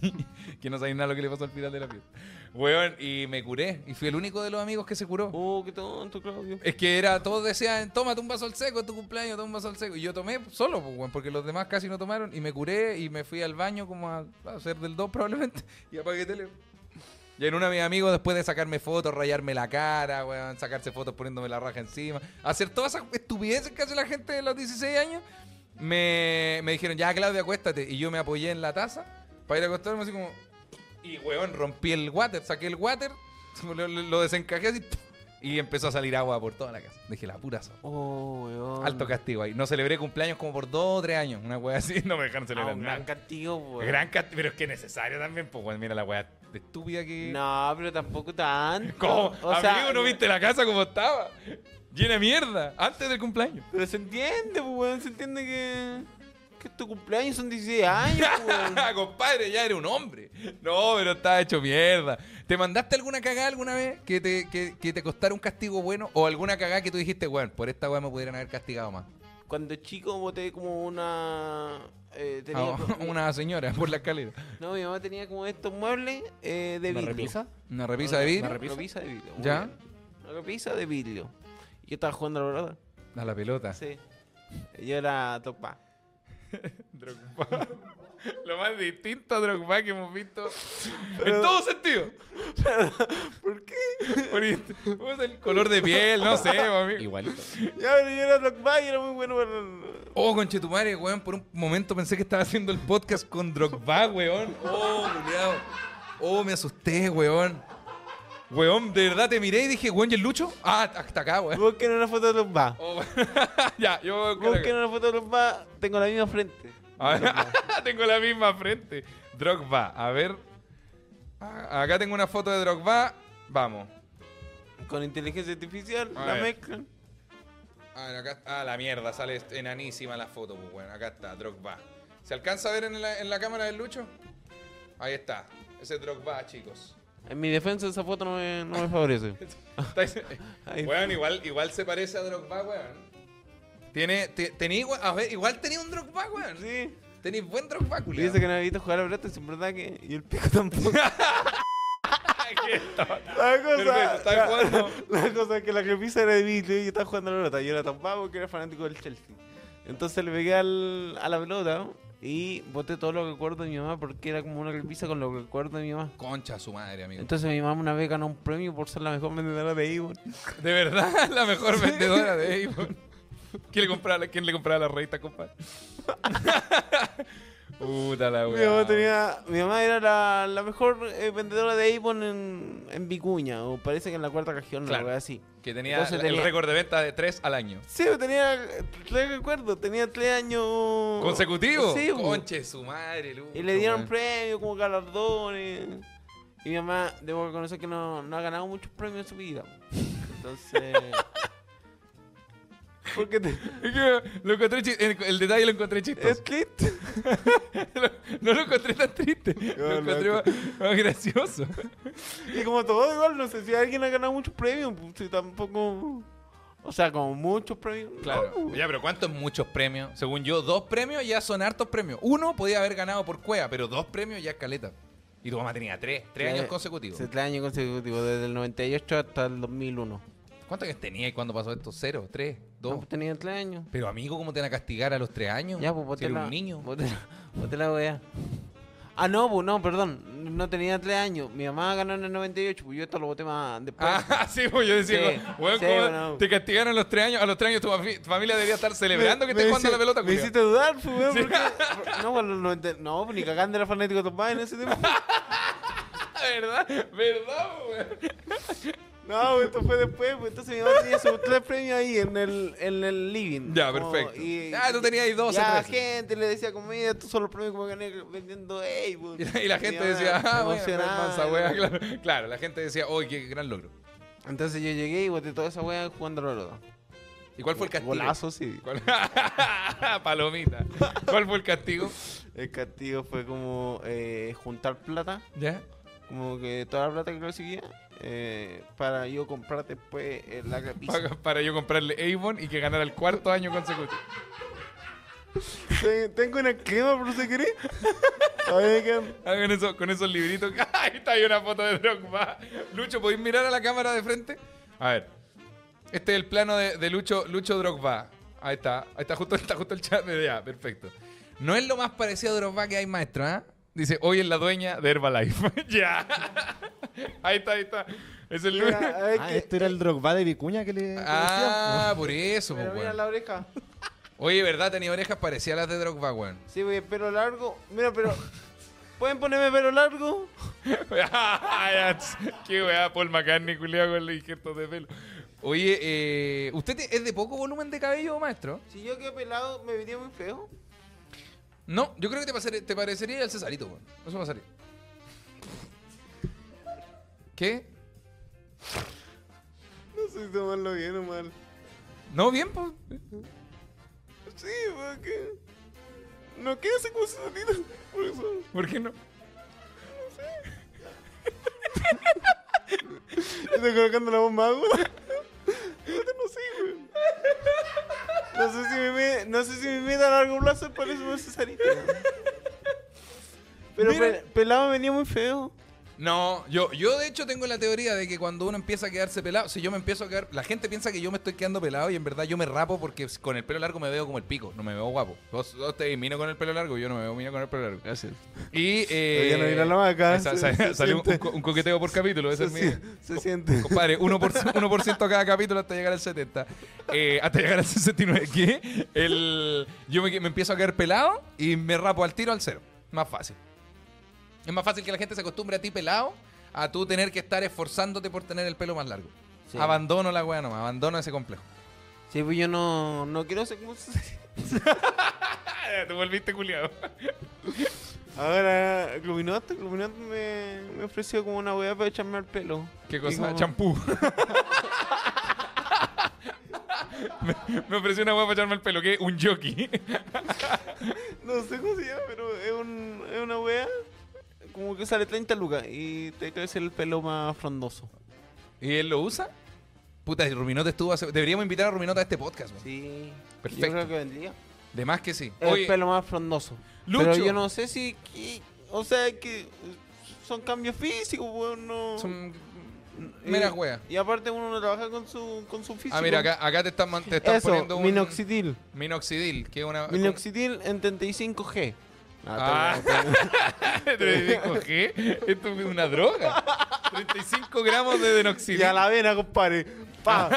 Speaker 1: que no sabía nada lo que le pasó al final de la fiesta. Weón, y me curé. Y fui el único de los amigos que se curó.
Speaker 3: Oh, qué tonto, Claudio.
Speaker 1: Es que era, todos decían, tómate un vaso al seco, es tu cumpleaños, toma un vaso al seco. Y yo tomé solo, pues, weón, porque los demás casi no tomaron. Y me curé y me fui al baño como a, a hacer del 2 probablemente. Y apagué tele. Y en una de mis amigos, después de sacarme fotos, rayarme la cara, weón, sacarse fotos poniéndome la raja encima, hacer todas esas estupideces que hace la gente de los 16 años, me, me dijeron, ya Claudia, acuéstate. Y yo me apoyé en la taza para ir a acostarme así como... Y, weón, rompí el water, saqué el water, lo, lo desencajé así... ¡pum! Y empezó a salir agua por toda la casa. Dije, la pura zorra.
Speaker 3: Oh, weón.
Speaker 1: Alto castigo ahí. No celebré cumpleaños como por dos o tres años. Una wea así, no me dejaron
Speaker 3: Ah,
Speaker 1: celebrar
Speaker 3: un
Speaker 1: nada.
Speaker 3: gran castigo, weón.
Speaker 1: Gran cast- pero es que es necesario también, pues, weón, mira la weá de estúpida que.
Speaker 3: No, pero tampoco tanto.
Speaker 1: ¿Cómo?
Speaker 3: O sea,
Speaker 1: Amigo, ¿no viste la casa como estaba? Llena de mierda, antes del cumpleaños.
Speaker 3: Pero se entiende, pues, weón. Se entiende que. Que tu cumpleaños son 16 años, pues, weón.
Speaker 1: Compadre, ya era un hombre. No, pero estaba hecho mierda. ¿Te mandaste alguna cagada alguna vez que te, que, que te costara un castigo bueno? ¿O alguna cagada que tú dijiste, weón, por esta weá me pudieran haber castigado más?
Speaker 3: Cuando chico boté como una. eh, tenía
Speaker 1: Ah,
Speaker 3: como-
Speaker 1: una señora por la escalera.
Speaker 3: No, mi mamá tenía como estos muebles eh, de
Speaker 4: ¿Una
Speaker 3: vidrio.
Speaker 4: repisa?
Speaker 1: Una repisa de vidrio.
Speaker 3: Una repisa de vidrio. muy
Speaker 1: ¿Ya?
Speaker 3: bien. Una repisa de vidrio. Yo estaba jugando a la pelota.
Speaker 1: A la pelota.
Speaker 3: Sí. Yo era topa.
Speaker 1: Drogba. Lo más distinto a Drogba que hemos visto en todo sentido.
Speaker 3: ¿Por qué?
Speaker 1: Por inst- pues, el color de piel, no sé, mami.
Speaker 4: Igualito.
Speaker 3: Ya, pero yo era topa y era muy bueno para. el-
Speaker 1: Oh, conchetumare, weón. Por un momento pensé que estaba haciendo el podcast con Drogba, weón. Oh, culiao. Oh, me asusté, weón. Weón, de verdad te miré y dije, weón, ¿y el lucho? Ah, hasta acá, weón.
Speaker 3: Busquen una foto de topa.
Speaker 1: Oh, weón. ya, yo voy a buscar
Speaker 3: Busquen
Speaker 1: acá.
Speaker 3: una foto de topa. Tengo la misma frente.
Speaker 1: A ver, Ah, tengo la misma frente. Drogba, a ver. A- Acá tengo una foto de Drogba. Vamos.
Speaker 3: Con inteligencia artificial,
Speaker 1: A
Speaker 3: la
Speaker 1: ver.
Speaker 3: mezclan.
Speaker 1: A ver, acá ah, la mierda, sale est- enanísima la foto, pues bueno, acá está, Drogba. ¿Se alcanza a ver en la, en la cámara del Lucho? Ahí está, ese es Drogba, chicos.
Speaker 3: En mi defensa, esa foto no me, no me favorece.
Speaker 1: Estáis-
Speaker 3: Ahí.
Speaker 1: Weón, igual, igual se parece a Drogba, weón. Tiene, te- tení, we- a ver, igual tenía un Drogba, weón.
Speaker 3: Sí.
Speaker 1: Tenís buen Drogba,
Speaker 3: Y
Speaker 1: culiao.
Speaker 3: dice que no había visto jugar a pelota, es en verdad que. Y el pico tampoco. la
Speaker 1: Perfecto,
Speaker 3: cosa.
Speaker 1: está jugando.
Speaker 3: La cosa es que la repisa era de vidrio y estaba jugando a la pelota. Yo era tan vago que era fanático del Chelsea. Entonces le pegué al- a la pelota ¿no? y boté todo lo que recuerdo de mi mamá porque era como una repisa con lo que recuerdo de mi mamá.
Speaker 1: Concha su madre, amigo.
Speaker 3: Entonces mi mamá una vez ganó un premio por ser la mejor vendedora de Evo.
Speaker 1: De verdad, la mejor vendedora de Avon. ¿Quién le compraba, la- quién le compraba la revista, compadre? Puta la
Speaker 3: Mi
Speaker 1: weá.
Speaker 3: mamá, tenía, mi mamá era la, la mejor eh, vendedora de Avon en, en Vicuña, o parece que en la cuarta región,
Speaker 1: Claro.
Speaker 3: algo así.
Speaker 1: Que tenía
Speaker 3: Entonces
Speaker 1: el
Speaker 3: tenía-
Speaker 1: récord de venta de 3 al año.
Speaker 3: Sí, yo tenía, eh, tres recuerdos, tenía tres años...
Speaker 1: ¿Consecutivo?
Speaker 3: Sí, po.
Speaker 1: Conche su madre, Lucho,
Speaker 3: Y le dieron
Speaker 1: weón.
Speaker 3: premios, como galardones. Y mi mamá, debo reconocer que no, no ha ganado muchos premios en su vida. Entonces... Porque te,
Speaker 1: Es que lo encontré chi- el, el detalle lo encontré
Speaker 3: es
Speaker 1: chistoso.
Speaker 3: triste.
Speaker 1: Lo- no lo encontré tan triste. lo encontré más, más gracioso.
Speaker 3: Y como todo igual, no sé si alguien ha ganado muchos premios, pues, si tampoco... O sea, como muchos premios. no,
Speaker 1: Claro. Ya, pero ¿cuántos muchos premios? Según yo, dos premios ya son hartos premios. Uno podía haber ganado por cueva, pero dos premios ya es caleta. Y tu mamá tenía tres, tres años consecutivos.
Speaker 3: Sí, Tres años consecutivos, desde el 98 hasta el 2001.
Speaker 1: ¿Cuántos años tenía y cuando pasó esto? ¿Cero? ¿Tres?
Speaker 3: No,
Speaker 1: ¿Dos?
Speaker 3: pues tenía tres años.
Speaker 1: Pero amigo, ¿cómo te van a castigar a los tres años?
Speaker 3: Ya, pues boté
Speaker 1: Si eres
Speaker 3: la...
Speaker 1: un niño.
Speaker 3: Boté la, boté la weá. Ah, no, pues no, perdón. No tenía tres años. Mi mamá ganó en el 98, pues yo esto lo boté más después.
Speaker 1: Ah, sí, pues yo decía,
Speaker 3: Sí,
Speaker 1: weón,
Speaker 3: sí,
Speaker 1: ¿cómo
Speaker 3: bueno.
Speaker 1: te castigaron a los tres años, a los tres años tu, fami- tu familia debería estar celebrando que
Speaker 3: Me-
Speaker 1: te
Speaker 3: me
Speaker 1: jugando
Speaker 3: hici-
Speaker 1: la pelota,
Speaker 3: Me
Speaker 1: culiao.
Speaker 3: hiciste dudar, pues, weón.
Speaker 1: Sí.
Speaker 3: ¿por qué? No, pues, los 90 no, pues ni cagando era fanático de Tomás en ese tiempo.
Speaker 1: ¿Verdad? ¿Verdad, pues, weón?
Speaker 3: No, pues, esto fue después, pues entonces mi mamá tenía sus tres premios ahí en el, en el living.
Speaker 1: Ya,
Speaker 3: Como-
Speaker 1: perfecto. Ah, tú tenías ahí 12
Speaker 3: Ya,
Speaker 1: premios.
Speaker 3: gente le decía comida, tú solo premios como gané vendiendo ey, pues.
Speaker 1: Y la, y la gente
Speaker 3: Mi mamá
Speaker 1: decía, ah, bueno,
Speaker 3: emocionada,
Speaker 1: mansa wea",
Speaker 3: ¿no?
Speaker 1: claro, claro, la gente decía, oh, qué gran logro.
Speaker 3: Entonces yo llegué y boté toda esa weá jugando a la pelota.
Speaker 1: ¿Y cuál fue el castigo?
Speaker 3: Golazo, sí.
Speaker 1: ¿Cuál- Palomita. ¿Cuál fue el castigo?
Speaker 3: El castigo fue como eh, juntar plata,
Speaker 1: ¿Ya?
Speaker 3: como que toda la plata que conseguía, eh, para yo comprar después eh, la repisa.
Speaker 1: Para, para yo comprarle Avon y que ganara el cuarto año consecutivo.
Speaker 3: Te- Tengo una crema, por si querés. A ver, que-
Speaker 1: Ah, Con, eso- con esos libritos. Ahí está, hay una foto de Drogba. Lucho, ¿podéis mirar a la cámara de frente? A ver. Este es el plano de, de Lucho, Lucho Drogba. Ahí está. Ahí está justo, está justo el chat de ya, perfecto. No es lo más parecido a Drogba que hay, maestro, ¿ah? Dice, hoy es la dueña de Herbalife. ya.
Speaker 3: Ahí está, ahí está. Es el lunes.
Speaker 5: Mira, es
Speaker 6: Ah,
Speaker 5: que-
Speaker 6: este era el Drogba de Vicuña que le. que
Speaker 1: Ah, por eso,
Speaker 5: Pero
Speaker 1: pues,
Speaker 5: mira
Speaker 1: weón.
Speaker 5: la oreja.
Speaker 1: Oye, ¿verdad? Tenía orejas parecidas a las de Drogba, weón.
Speaker 5: Sí, güey, pelo largo. Mira, pero. ¿Pueden ponerme pelo largo?
Speaker 3: Ay, ats, Qué weá, Paul McCartney, culiado con los injertos de pelo.
Speaker 1: Oye, eh, ¿usted es de poco volumen de cabello, maestro?
Speaker 5: Si yo quedo pelado, me vería muy feo.
Speaker 1: No, yo creo que te, pasare- te parecería al Cesarito, weón. Eso pasaría. ¿Qué?
Speaker 5: No sé si tomarlo bien o mal.
Speaker 1: ¿No? ¿Bien? Pues?
Speaker 5: Sí, porque. No quiero ser como sonido. Por eso.
Speaker 3: ¿Por qué no?
Speaker 5: Estoy colocando la bomba aguda. No sé, güey. No sé si mi meta, no sé si mi meta a largo plazo es para eso es Cesarito. Pero
Speaker 1: Mira.
Speaker 5: pe- pelado me venía muy feo.
Speaker 1: No, yo, yo de hecho tengo la teoría de que cuando uno empieza a quedarse pelado, si yo me empiezo a quedar, la gente piensa que yo me estoy quedando pelado y en verdad yo me rapo porque con el pelo largo me veo como el pico, no me veo guapo. Vos, vos te miro con el pelo largo, yo no me veo miro con el pelo largo.
Speaker 5: Gracias.
Speaker 1: Y eh,
Speaker 5: Todavía no mira la vaca,
Speaker 1: esa-
Speaker 5: se-
Speaker 1: esa-
Speaker 5: se
Speaker 1: salió un- un,
Speaker 5: siente.
Speaker 1: co- un coqueteo por capítulo, ese
Speaker 5: Se,
Speaker 1: es mi.
Speaker 5: si- pues, se siente.
Speaker 1: Compadre, 1%, 1% cada capítulo hasta llegar al 70. Eh, hasta llegar al 69. ¿Qué? El, yo me, me empiezo a caer pelado y me rapo al tiro al cero. Más fácil. Es más fácil que la gente se acostumbre a ti pelado a tú tener que estar esforzándote por tener el pelo más largo.
Speaker 5: Sí.
Speaker 1: Abandono la weá nomás, abandono ese complejo.
Speaker 5: Sí, pues yo no, no quiero ser como Cesarito.
Speaker 3: Ah, Te volviste culiado.
Speaker 5: Ahora, Gluminote, Gluminote me, me ofreció como una weá para echarme al pelo.
Speaker 3: ¿Qué
Speaker 5: Y
Speaker 3: cosa?
Speaker 5: como-
Speaker 3: Champú. me, me ofreció una weá para echarme el pelo. ¿Qué? Un jockey.
Speaker 5: No sé cómo se llama, pero es, un, es una wea como que sale 30 lucas y te crece el pelo más frondoso.
Speaker 1: ¿Y él lo usa? Puta, y Ruminota estuvo hace- Deberíamos invitar a Ruminota a este podcast, weón.
Speaker 5: Sí.
Speaker 1: Perfecto.
Speaker 5: Yo creo que vendría.
Speaker 1: De más que sí.
Speaker 5: Es
Speaker 1: Oye,
Speaker 5: el pelo más frondoso.
Speaker 1: Lucho.
Speaker 5: Pero yo no sé si... que- o sea, que son cambios físicos, weón. No.
Speaker 1: son-
Speaker 5: Y-
Speaker 1: meras weas.
Speaker 5: Y aparte uno no trabaja con su, con su físico.
Speaker 1: Ah, mira, acá, acá te están, man- te están
Speaker 5: Eso,
Speaker 1: poniendo un... Ah,
Speaker 5: minoxidil.
Speaker 1: Minoxidil, que es una...
Speaker 5: Minoxidil en 35G.
Speaker 3: Ah, 35G. Esto es una droga. 35 gramos de
Speaker 5: Y
Speaker 3: denoxidil.
Speaker 5: a la vena, compadre. Pa.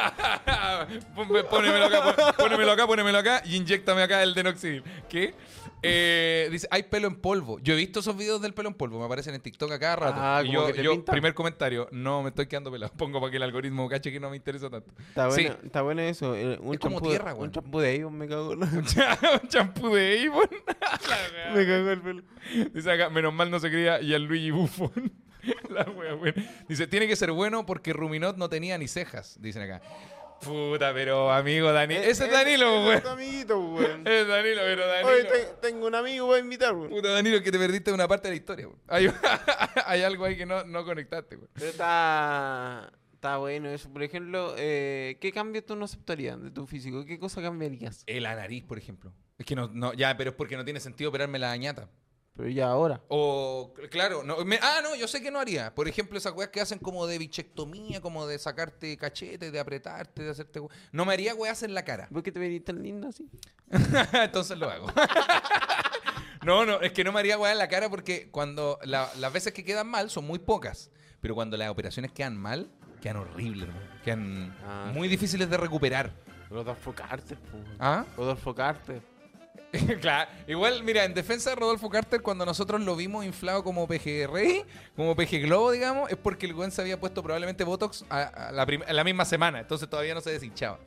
Speaker 3: Ah, Ponme- Pónemelo acá, pon- pónemelo acá, pónemelo acá y inyectame acá el denoxidil. ¿Qué? Eh, dice, hay pelo en polvo. Yo he visto esos videos del pelo en polvo, me aparecen en TikTok a cada rato.
Speaker 5: Ah,
Speaker 3: Y
Speaker 5: como
Speaker 3: yo,
Speaker 5: que te
Speaker 3: yo,
Speaker 5: pintan.
Speaker 3: primer comentario, no me estoy quedando pelado. Pongo para que el algoritmo cache que no me interesa tanto.
Speaker 5: Está
Speaker 1: Sí.
Speaker 5: bueno, está bueno eso. eh, Un
Speaker 1: Es como
Speaker 5: champú de-
Speaker 1: tierra, weón.
Speaker 5: Un champú de ellos me cago. en la-
Speaker 3: Un champú de Avon. La
Speaker 5: me
Speaker 3: wea.
Speaker 5: cago en el pelo.
Speaker 3: Dice acá, menos mal no se cría y al Luigi Buffon. La wea, wea. Dice, tiene que ser bueno porque Ruminot no tenía ni cejas, dicen acá. Puta, pero amigo Dani.
Speaker 5: Eh,
Speaker 3: Ese es Danilo,
Speaker 5: Ese
Speaker 3: weón.
Speaker 5: es tu amiguito, weón.
Speaker 1: Eh,
Speaker 3: Es Danilo, pero Danilo.
Speaker 5: Oye, te- tengo un amigo, voy a invitar, weón.
Speaker 1: Puta, Danilo, que te perdiste una parte de la historia. güey. Hay, hay algo ahí que no, no conectaste, güey.
Speaker 5: Pero está, está bueno eso. Por ejemplo, eh, ¿qué cambios tú no aceptarías de tu físico? ¿Qué cosa cambiarías?
Speaker 1: Eh, La nariz, por ejemplo. Es que no, no, ya, pero es porque no tiene sentido operarme la añata.
Speaker 5: Pero ya ahora.
Speaker 1: O, cl- claro, no, me- ah, no, yo sé que no haría. Por ejemplo, esas weas que hacen como de bichectomía, como de sacarte cachete, de apretarte, de hacerte. we- No me haría weas en la cara.
Speaker 5: ¿Por qué te verías tan linda así?
Speaker 1: Entonces lo hago. no, no, es que no me haría weá en la cara porque cuando la- las veces que quedan mal son muy pocas. Pero cuando las operaciones quedan mal, quedan horribles, hermano. Quedan
Speaker 5: Ah,
Speaker 1: muy difíciles de recuperar.
Speaker 5: Rodolfo Carter, pues.
Speaker 1: ¿Ah?
Speaker 5: Rodolfo Carter.
Speaker 1: claro. Igual, mira, en defensa de Rodolfo Carter, cuando nosotros lo vimos inflado como PG Rey, como PG Globo, digamos, es porque el weón se había puesto probablemente Botox a, a la, prim- a la misma semana. Entonces todavía no se deshinchaba.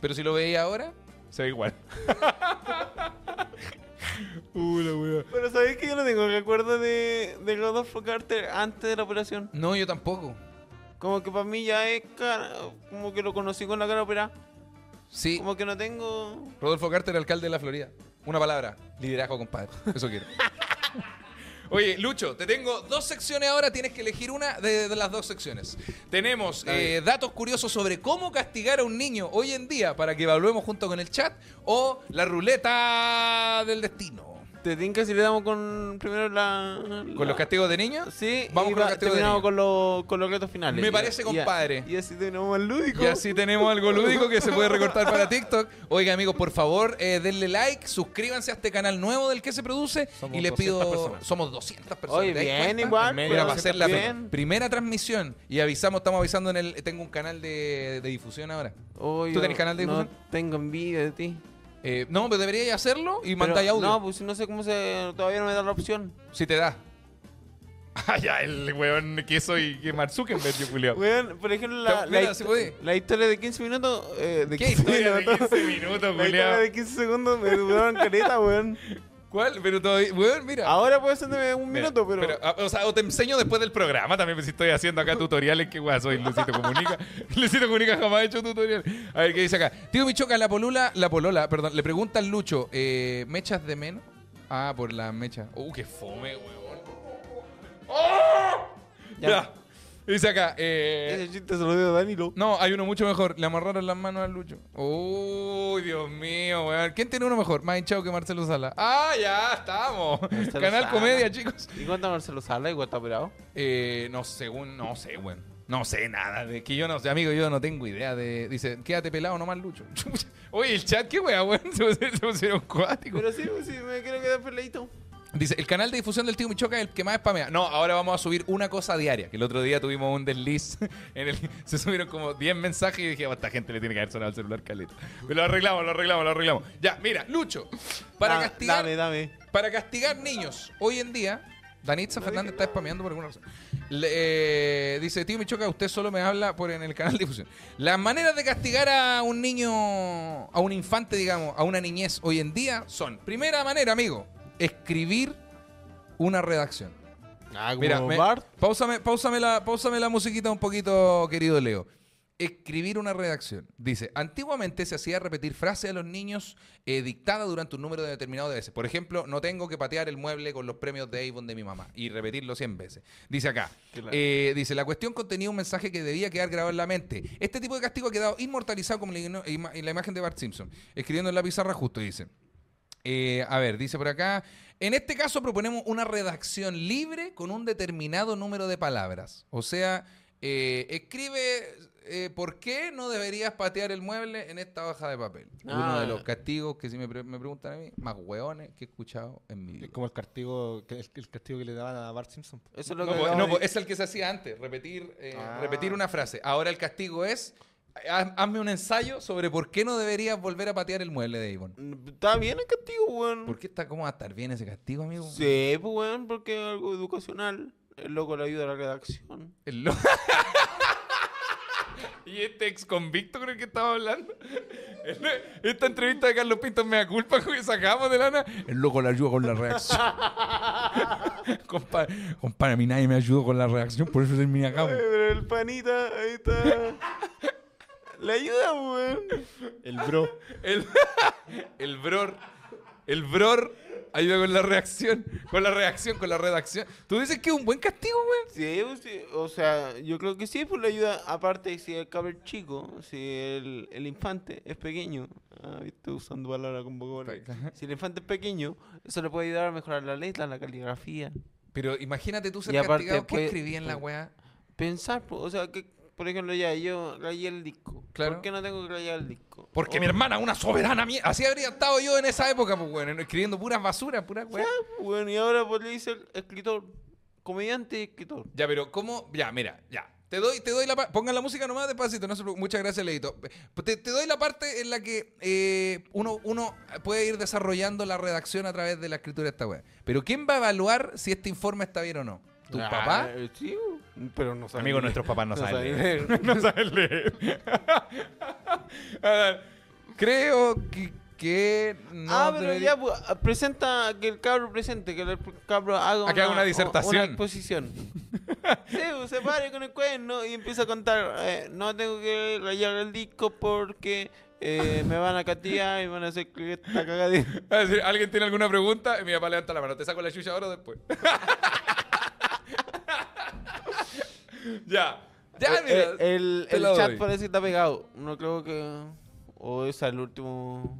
Speaker 1: Pero si lo veía ahora,
Speaker 3: Se ve igual.
Speaker 5: Pero ¿sabes que yo no tengo recuerdo de, de Rodolfo Carter antes de la operación?
Speaker 1: no, yo tampoco.
Speaker 5: Como que para mí ya es cara- como que lo conocí con la cara operada.
Speaker 1: Sí.
Speaker 5: Como que no tengo...
Speaker 1: Rodolfo Carter, alcalde de la Florida. Una palabra, liderazgo, compadre. Eso quiero. Oye, Lucho, te tengo dos secciones ahora, tienes que elegir una de, de las dos secciones. Tenemos eh, datos curiosos sobre cómo castigar a un niño hoy en día para que evaluemos junto con el chat o la ruleta del destino.
Speaker 5: ¿Te tinca si le damos con primero la.
Speaker 1: ¿Con los
Speaker 5: la-
Speaker 1: castigos de niños?
Speaker 5: Sí,
Speaker 1: Vamos
Speaker 5: y
Speaker 1: con los
Speaker 5: va-
Speaker 1: castigos de
Speaker 5: terminamos
Speaker 1: niño.
Speaker 5: con, los- con los retos finales.
Speaker 1: Me
Speaker 5: Y-
Speaker 1: parece,
Speaker 5: y-
Speaker 1: compadre.
Speaker 5: Y así tenemos más lúdico.
Speaker 1: Y así tenemos algo lúdico que se puede recortar para TikTok. Oiga, amigos, por favor, eh, denle like, suscríbanse a este canal nuevo del que se produce.
Speaker 4: Somos
Speaker 1: y les pido.
Speaker 4: 200 personas.
Speaker 1: Somos 200 personas.
Speaker 5: Oye,
Speaker 1: ¿te das
Speaker 5: bien,
Speaker 1: cuenta?
Speaker 5: igual.
Speaker 4: media
Speaker 1: Mira,
Speaker 5: pues,
Speaker 1: va a ser la
Speaker 5: bien.
Speaker 1: prim- primera transmisión. Y avisamos, estamos avisando en el. Tengo un canal de, de difusión ahora.
Speaker 5: Oye,
Speaker 1: ¿Tú tenés canal de
Speaker 5: No
Speaker 1: difusión?
Speaker 5: tengo envidia de ti.
Speaker 1: Eh, no, pero debería ya hacerlo y mandáis
Speaker 5: Pero-
Speaker 1: audio.
Speaker 5: No, pues no sé cómo se. Todavía no me da la opción.
Speaker 1: Si te da. Ay, Ah, ya, el weón que soy que Marzuken yo culiao.
Speaker 5: Weón, por ejemplo, la,
Speaker 1: Pero,
Speaker 5: la,
Speaker 1: mira,
Speaker 5: histo-
Speaker 1: si puede.
Speaker 5: la historia de 15 minutos. eh, de
Speaker 1: ¿Qué
Speaker 5: 15
Speaker 1: historia de
Speaker 5: minutos.
Speaker 1: 15 minutos,
Speaker 5: La historia
Speaker 1: culiao?
Speaker 5: de 15 segundos me duraron careta, weón.
Speaker 1: ¿Cuál? Pero todavía. Weón, mira.
Speaker 5: Ahora puede ser de un
Speaker 1: Mira,
Speaker 5: minuto, pero.
Speaker 1: ah, o sea, o te enseño después del programa también, pues, si estoy haciendo acá tutoriales, que guay, soy Luisito Comunica. Luisito Comunica jamás ha hecho tutorial. A ver qué dice acá. Tío Michoca, la polula, la polola, perdón, le pregunta al Lucho, eh, ¿mechas de menos? Ah, por la mecha. Uh, qué fome, huevón. ¡Oh! Ya.
Speaker 5: Ya.
Speaker 1: Dice acá, eh,
Speaker 5: Ese chiste se lo dio a Danilo.
Speaker 1: no, hay uno mucho mejor. Le amarraron las manos al Lucho. Uy, Dios mío, weón. ¿Quién tiene uno mejor? Más hinchado que Marcelo Sala. Ah, ya, estamos.
Speaker 5: Marcelo
Speaker 1: Canal
Speaker 5: Sala.
Speaker 1: Comedia, chicos.
Speaker 5: ¿Y cuánto Marcelo Sala y cuánto Bravo?
Speaker 1: Eh, no sé, un- no sé, weón. No sé nada, de que yo no sé, amigo, yo no tengo idea de... Dice, quédate pelado nomás, Lucho. Chucha. Oye, el chat, qué wea, weón, se pusieron- se pusieron cuáticos.
Speaker 5: Pero sí, pues, sí, me quiero quedar peleito.
Speaker 1: Dice, el canal de difusión del tío Michoca es el que más spamea. No, ahora vamos a subir una cosa diaria, que el otro día tuvimos un desliz, en el se subieron como 10 mensajes y dije, "Oh, esta gente le tiene que haber sonado el celular caleta. Pero lo arreglamos, lo arreglamos, lo arreglamos. Ya, mira, Lucho, para
Speaker 5: Da-
Speaker 1: castigar...
Speaker 5: Ah, Dame, dame.
Speaker 1: Para castigar niños, hoy en día, Danitza Fernández está spameando por alguna razón. Le- eh, dice, tío Michoca, usted solo me habla por en el canal de difusión. Las maneras de castigar a un niño, a un infante, digamos, a una niñez hoy en día son, primera manera, amigo, escribir una redacción.
Speaker 5: Ah, como
Speaker 1: Mira, me-
Speaker 5: Bart.
Speaker 1: pausame, pausame la, pausame la musiquita un poquito, querido Leo. Escribir una redacción. Dice, antiguamente se hacía repetir frases a los niños eh, dictada durante un número de determinado de veces. Por ejemplo, no tengo que patear el mueble con los premios de Avon de mi mamá y repetirlo 100 veces. Dice acá,
Speaker 5: Claro.
Speaker 1: eh, dice, la cuestión contenía un mensaje que debía quedar grabado en la mente. Este tipo de castigo ha quedado inmortalizado como la, igno- ima- en la imagen de Bart Simpson, escribiendo en la pizarra justo, dice. Eh, a ver, dice por acá. En este caso proponemos una redacción libre con un determinado número de palabras. O sea, eh, escribe eh, por qué no deberías patear el mueble en esta hoja de papel. Uno
Speaker 5: Ah.
Speaker 1: de los castigos que si me, pre- me preguntan a mí, más hueones que he escuchado en mi vida.
Speaker 4: Es como el castigo, que- el, el castigo que le daban a Bart Simpson.
Speaker 5: Eso es lo
Speaker 1: No,
Speaker 5: que.
Speaker 1: pues,
Speaker 5: acabo
Speaker 1: no,
Speaker 5: de-
Speaker 1: pues, es el que se hacía antes, repetir, eh,
Speaker 4: Ah.
Speaker 1: repetir una frase. Ahora el castigo es, haz- hazme un ensayo sobre por qué no deberías volver a patear el mueble de Ivonne.
Speaker 5: Está bien el castigo, weón.
Speaker 1: ¿Por qué está cómo va a estar bien ese castigo, amigo?
Speaker 5: Sí, pues, weón, porque es algo educacional. El loco le ayuda a la redacción.
Speaker 1: El lo- y este ex convicto con el que estaba hablando. El- Esta entrevista de Carlos Pinto me da culpa que sacamos de lana. El loco le ayuda con la reacción. compadre, compadre, a mí nadie me ayudó con la reacción, por eso terminé acá.
Speaker 5: Ay,
Speaker 1: po.
Speaker 5: pero el panita, ahí está. Le ayuda, pues, weón.
Speaker 4: El bro.
Speaker 1: El, el bror. El bror ayuda con la reacción. Con la reacción, con la redacción. Tú dices que es un buen castigo, güey.
Speaker 5: Sí, pues, sí, o sea, yo creo que sí, pues le ayuda. Aparte, si el cabrón chico, si el, el infante es pequeño, ah, viste, usando palabras con vocabulario. Si el infante es pequeño, eso le puede ayudar a mejorar la letra, la caligrafía.
Speaker 1: Pero imagínate tú ser
Speaker 5: Y aparte,
Speaker 1: castigado. ¿Qué
Speaker 5: pues,
Speaker 1: escribí en la weá?
Speaker 5: Pensar, pues, o sea, que, por ejemplo, ya yo rayé el disco.
Speaker 1: Claro.
Speaker 5: ¿Por qué no tengo que rayar el disco?
Speaker 1: Porque
Speaker 5: O-
Speaker 1: Oh, mi hermana, una soberana mía. Así habría estado yo en esa época, pues, bueno, escribiendo puras basuras, puras weas.
Speaker 5: Bueno, y ahora pues le dice el escritor, comediante y escritor.
Speaker 1: Ya, pero ¿cómo? Ya, mira, ya. Te doy, te doy la parte. Pongan la música nomás despacito, no se preocupen. Muchas gracias, Leito. Te, te doy la parte en la que eh, uno, uno puede ir desarrollando la redacción a través de la escritura de esta wea. Pero ¿quién va a evaluar si este informe está bien o no? ¿Tu
Speaker 5: Ah,
Speaker 1: papá?
Speaker 5: eh, Sí, pero no sabe.
Speaker 1: Amigo,
Speaker 5: leer.
Speaker 1: nuestros papás no saben
Speaker 5: sabe
Speaker 1: leer.
Speaker 5: leer.
Speaker 1: no sabes leer. A ver, Creo que, que no
Speaker 5: ah, pero
Speaker 1: debería-
Speaker 5: ya pues, ah, presenta que el cabro presente, que el cabro haga
Speaker 1: Ah, que haga una disertación.
Speaker 5: Una exposición. sí, pues, se pare con el cuerno y empieza a contar, eh, no tengo que rayar el disco porque eh, me van a catear y me van a hacer que esta cagadita.
Speaker 1: A decir, ¿alguien tiene alguna pregunta? Y mi papá levanta la mano. ¿Te saco la chucha ahora o después? ya. Ya,
Speaker 5: Eh,
Speaker 1: mira.
Speaker 5: eh, el
Speaker 1: te
Speaker 5: el
Speaker 1: la
Speaker 5: chat
Speaker 1: doy.
Speaker 5: parece que está pegado. No creo que. O es el último.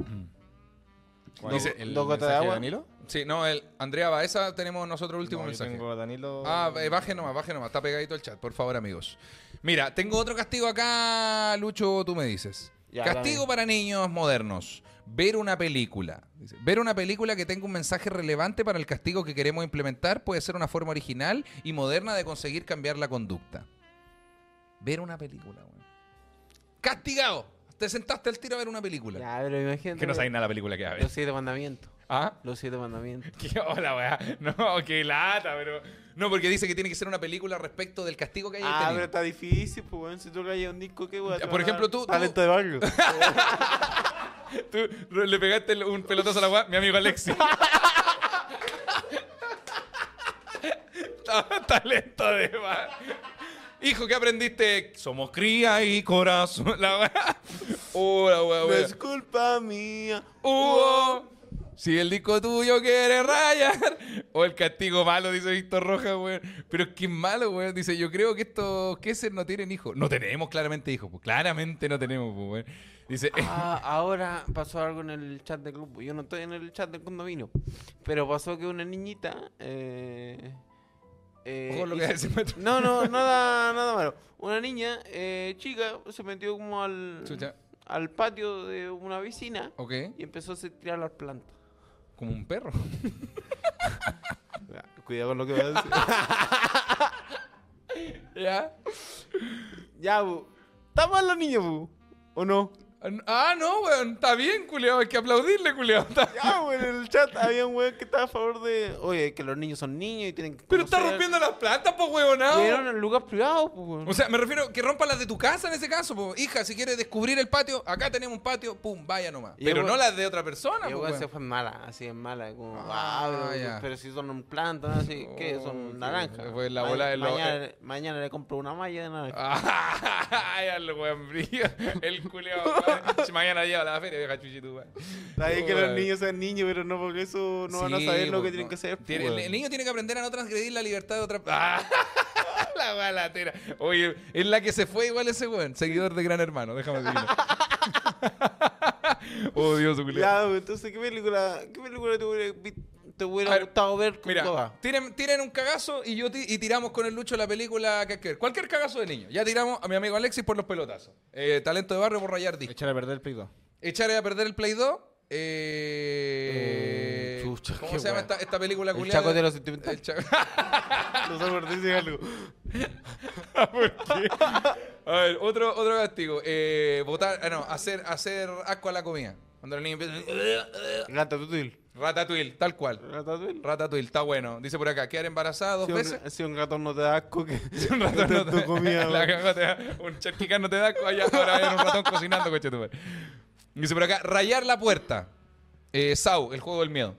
Speaker 4: ¿Cuál?
Speaker 1: Dice,
Speaker 4: ¿El
Speaker 5: ¿Dos gotas de
Speaker 4: mensaje
Speaker 5: agua?
Speaker 4: Danilo?
Speaker 1: Sí, no, el, Andrea Baeza tenemos nosotros el último
Speaker 4: No, yo
Speaker 1: mensaje.
Speaker 4: tengo a Danilo.
Speaker 1: Ah, eh, baje nomás, baje nomás. Está pegadito el chat, por favor, amigos. Mira, tengo otro castigo acá, Lucho, tú me dices.
Speaker 5: Ya,
Speaker 1: castigo
Speaker 5: dame.
Speaker 1: para niños modernos. Ver una película. Dice, Ver una película que tenga un mensaje relevante para el castigo que queremos implementar puede ser una forma original y moderna de conseguir cambiar la conducta. Ver una película, weón. ¡Castigado! Te sentaste al tiro a ver una película.
Speaker 5: Ya, pero imagínate.
Speaker 3: Que no sabéis nada de la película que va a ver.
Speaker 5: Los siete mandamientos.
Speaker 3: ¿Ah?
Speaker 5: Los siete mandamientos.
Speaker 3: ¿Qué hola, weá? No, qué lata, pero.
Speaker 1: No, porque dice que tiene que ser una película respecto del castigo que hay
Speaker 5: Ah, pero está difícil, pues, weón. Si tú callas un disco, ¿qué weón?
Speaker 1: Ya, por ejemplo, tú- tú-
Speaker 5: Talento de barrio.
Speaker 3: Tú le pegaste un pelotazo a la weá, mi amigo Alexi. Talento de weá.
Speaker 1: Hijo, ¿qué aprendiste? Somos cría y corazón. La weá. Oh, la weá,
Speaker 5: No
Speaker 1: weá.
Speaker 5: es culpa mía.
Speaker 1: Hugo, si el disco tuyo quiere rayar. O el castigo malo, dice Víctor Rojas, weón. Pero es que es malo, weón. Dice, yo creo que estos Kesser no tienen hijos. No tenemos claramente hijos, pues. Claramente no tenemos, pues, weón. Dice,
Speaker 5: Ah, ahora pasó algo en el chat del grupo. Yo no estoy en el chat del condominio. Pero pasó que una niñita. Eh, eh,
Speaker 1: ojo lo que
Speaker 5: hizo-
Speaker 1: hace maestro.
Speaker 5: No, no, nada, nada malo. Una niña, eh, chica, se metió como al,
Speaker 1: Chucha.
Speaker 5: al patio de una vecina
Speaker 1: Ok,
Speaker 5: y empezó a se- tirar las plantas.
Speaker 1: como un perro.
Speaker 5: Cuidado con lo que vas a decir.
Speaker 1: ¿Ya?
Speaker 5: ya, bu. ¿Está mal la niña, bu? ¿O no?
Speaker 1: Ah, no, weón. Está bien, culiao. Hay que aplaudirle, culiao. Está-
Speaker 5: Ya, bu, en el chat había un weón que estaba a favor de. Oye, que los niños son niños y tienen que.
Speaker 1: Pero está
Speaker 5: conocer".
Speaker 1: rompiendo las plantas, pues, weonado.
Speaker 5: Vieron en lugar privado, pues, weón.
Speaker 1: O sea, me refiero que rompa las de tu casa en ese caso, po. hija, si quieres descubrir el patio, acá tenemos un patio, pum, vaya nomás.
Speaker 5: Y
Speaker 1: Pero
Speaker 5: el
Speaker 1: no
Speaker 5: we-
Speaker 1: las de otra persona,
Speaker 5: Y
Speaker 1: po,
Speaker 5: el weón
Speaker 1: weón.
Speaker 5: se fue en mala, así en mala, como,
Speaker 1: pues Ah,
Speaker 5: ah, pero,
Speaker 1: ya.
Speaker 5: pero si son un planta, ¿no? así, ¿qué?
Speaker 1: Oh,
Speaker 5: Son
Speaker 1: sí,
Speaker 5: naranja.
Speaker 1: fue la bola de lo-
Speaker 5: mañana, mañana le compro una malla de naranja.
Speaker 3: Ay, al weón brillo. El culeado. Mañana lleva a la feria, vieja chuchitu, weón.
Speaker 5: Está bien que
Speaker 1: Joder.
Speaker 5: los niños sean niños, pero no porque eso no van a
Speaker 1: Ah, Sí,
Speaker 5: saber lo
Speaker 1: po,
Speaker 5: que tienen
Speaker 1: no.
Speaker 5: que hacer. pues.
Speaker 1: Tiene- el, el niño tiene que aprender a no transgredir la libertad de otra ¡Ah!
Speaker 3: La weá latera.
Speaker 1: Oye, es la que se fue igual ese weón, seguidor de Gran Hermano, déjame decirlo. oh, Dios, culiao.
Speaker 5: Ya, pues, entonces, ¿qué película, qué película te hubiera, vi- te hubiera
Speaker 1: A ver,
Speaker 5: gustado ver con
Speaker 1: Mira,
Speaker 5: Coba?
Speaker 1: tiren, tiren un cagazo y yo ti- y tiramos con el Lucho la película que hay que ver. Cualquier cagazo de niño. Ya tiramos a mi amigo Alexis por los pelotazos. Eh, talento de barrio por rayar disco.
Speaker 4: Echar a perder el pico.
Speaker 1: Echar a perder el Play 2. Eh,
Speaker 5: Mm, chucha,
Speaker 1: ¿Cómo
Speaker 5: qué
Speaker 1: se llama
Speaker 5: wea.
Speaker 1: esta, esta película
Speaker 5: El
Speaker 1: culiada?
Speaker 5: Chaco de los Sentimentales.
Speaker 1: El Chaco-
Speaker 5: No sé por decir algo.
Speaker 1: a ver, otro, otro castigo. Eh, votar, ah, no, hacer, hacer asco a la comida. Cuando los niños empiezan.
Speaker 5: Ratatouille.
Speaker 1: Ratatouille, tal cual.
Speaker 5: Ratatouille.
Speaker 1: Ratatouille, está bueno. Dice por acá, quedar embarazada dos
Speaker 5: Si
Speaker 1: veces.
Speaker 5: un, si un ratón no te da asco, que
Speaker 3: Un ratón no te
Speaker 5: comida,
Speaker 3: La
Speaker 5: weón.
Speaker 3: cagó, te da. Un charquicán no te da. Allá, ahora hay un ratón cocinando, coche tu madre.
Speaker 1: Dice por acá, rayar la puerta. Eh, Sau, el juego del miedo.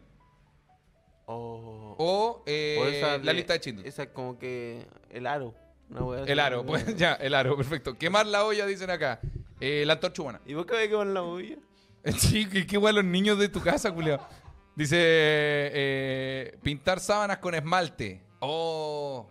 Speaker 5: Oh.
Speaker 1: O, eh,
Speaker 5: O esa
Speaker 1: la
Speaker 5: de-
Speaker 1: lista de Chindler.
Speaker 5: Esa es como que el aro. Una wea así.
Speaker 1: El aro, pues ya, el aro, perfecto. Quemar la olla, dicen acá. Eh, la antorcha humana.
Speaker 5: ¿Y vos qué ves que van la olla?
Speaker 1: Sí, qué, qué guay los niños de tu casa, Julio. Dice, eh, pintar sábanas con esmalte. Oh.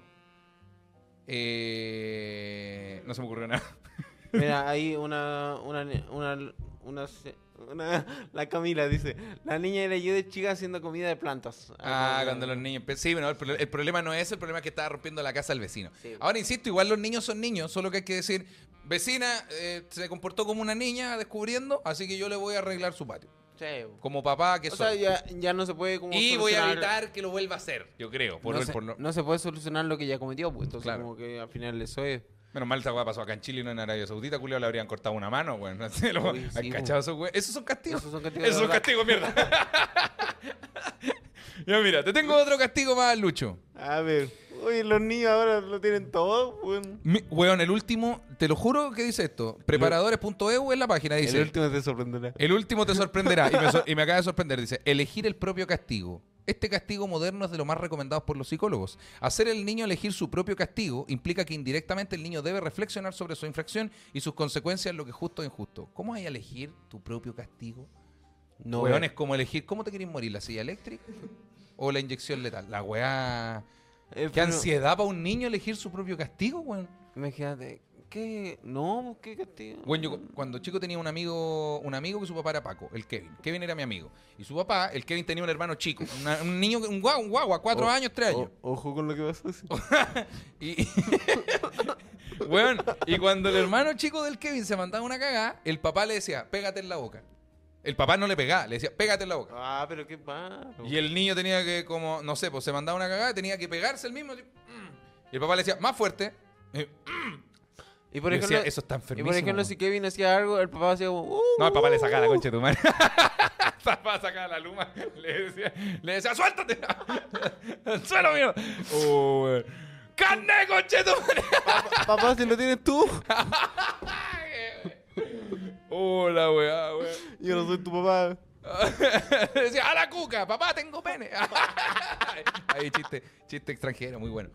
Speaker 1: Eh, no se me ocurrió nada.
Speaker 5: Mira, ahí una, una, ni- una, una, se- una- la Camila dice, la niña era yo de chica haciendo comida de plantas.
Speaker 1: Ah, cuando los niños... empe- Sí, bueno, el, pro- el problema no es eso, el problema es que estaba rompiendo la casa al vecino.
Speaker 5: Sí.
Speaker 1: Ahora, insisto, igual los niños son niños, solo que hay que decir, vecina eh, se comportó como una niña descubriendo, así que yo le voy a arreglar su patio.
Speaker 5: Sí.
Speaker 1: Como papá que
Speaker 5: O sea,
Speaker 1: soy.
Speaker 5: ya, ya no se puede como
Speaker 1: y voy a
Speaker 5: solucionar-
Speaker 1: evitar que lo vuelva a hacer, yo creo. Por,
Speaker 5: no,
Speaker 1: el-
Speaker 5: se,
Speaker 1: por no-
Speaker 5: no se puede solucionar lo que ya cometió, pues entonces
Speaker 1: Claro.
Speaker 5: como que al final eso es.
Speaker 1: Menos mal esa weá pasó acá en Chile y no en Arabia Saudita, culiao, le habrían cortado una mano, weón. Así lo-
Speaker 5: Uy,
Speaker 1: ¿Han
Speaker 5: sí,
Speaker 1: cachado esos weón? Esos son castigos.
Speaker 5: Esos son castigos de
Speaker 1: Esos son
Speaker 5: verdad.
Speaker 1: castigos, mierda. ya mira, te tengo otro castigo más, Lucho.
Speaker 5: A ver, uy, los niños ahora lo tienen todo, weón.
Speaker 1: Mi- weón, el último, te lo juro que dice esto. Preparadores.eu es la página, dice.
Speaker 5: El último te sorprenderá.
Speaker 1: "El último te sorprenderá. y, me sor- y me acaba de sorprender, dice, elegir el propio castigo. Este castigo moderno es de los más recomendados por los psicólogos. Hacer el niño elegir su propio castigo implica que indirectamente el niño debe reflexionar sobre su infracción y sus consecuencias, lo que es justo o injusto. ¿Cómo hay a elegir tu propio castigo?
Speaker 5: No,
Speaker 1: Weón, es como elegir, ¿cómo te querés morir? ¿La silla eléctrica? ¿O la inyección letal? La weá.
Speaker 5: Eh,
Speaker 1: Qué
Speaker 5: pero-
Speaker 1: ansiedad para un niño elegir su propio castigo, weón.
Speaker 5: Imagínate, qué? No, pues, ¿qué castigo?
Speaker 1: Bueno, yo cu- cuando chico tenía un amigo, un amigo que su papá era Paco, el Kevin. Kevin era mi amigo. Y su papá, el Kevin tenía un hermano chico, una- un niño, un guau, un guagua, cuatro
Speaker 5: O-
Speaker 1: años, tres años.
Speaker 5: O- ojo con lo que vas a decir.
Speaker 1: Y, Weón, y cuando el hermano chico del Kevin se mandaba una cagada, el papá le decía, pégate en la boca. El papá no le pegaba, le decía, pégate en la boca.
Speaker 5: Ah, pero qué malo.
Speaker 1: Y el niño tenía que, como, no sé, pues se mandaba una cagada, tenía que pegarse el mismo. así, mm. Y el papá le decía, más fuerte. Eh,
Speaker 5: Y por
Speaker 1: Yo decía,
Speaker 5: ejemplo,
Speaker 1: "Eso está
Speaker 5: y
Speaker 1: enfermísimo,
Speaker 5: por ejemplo,
Speaker 1: weón".
Speaker 5: si Kevin hacía algo, el papá hacía como, "Uh,
Speaker 3: No, el papá le sacaba la concha de tu madre. papá sacaba la luma. Le decía, le decía suéltate. ¡Al suelo mío! Oh, weón. ¡Carne, concha de tu madre!
Speaker 5: papá, si lo tienes tú,
Speaker 3: Hola, weá, weá.
Speaker 5: yo no soy tu papá.
Speaker 1: Decía, a la cuca, papá, tengo pene. Ahí, chiste, chiste extranjero, muy bueno.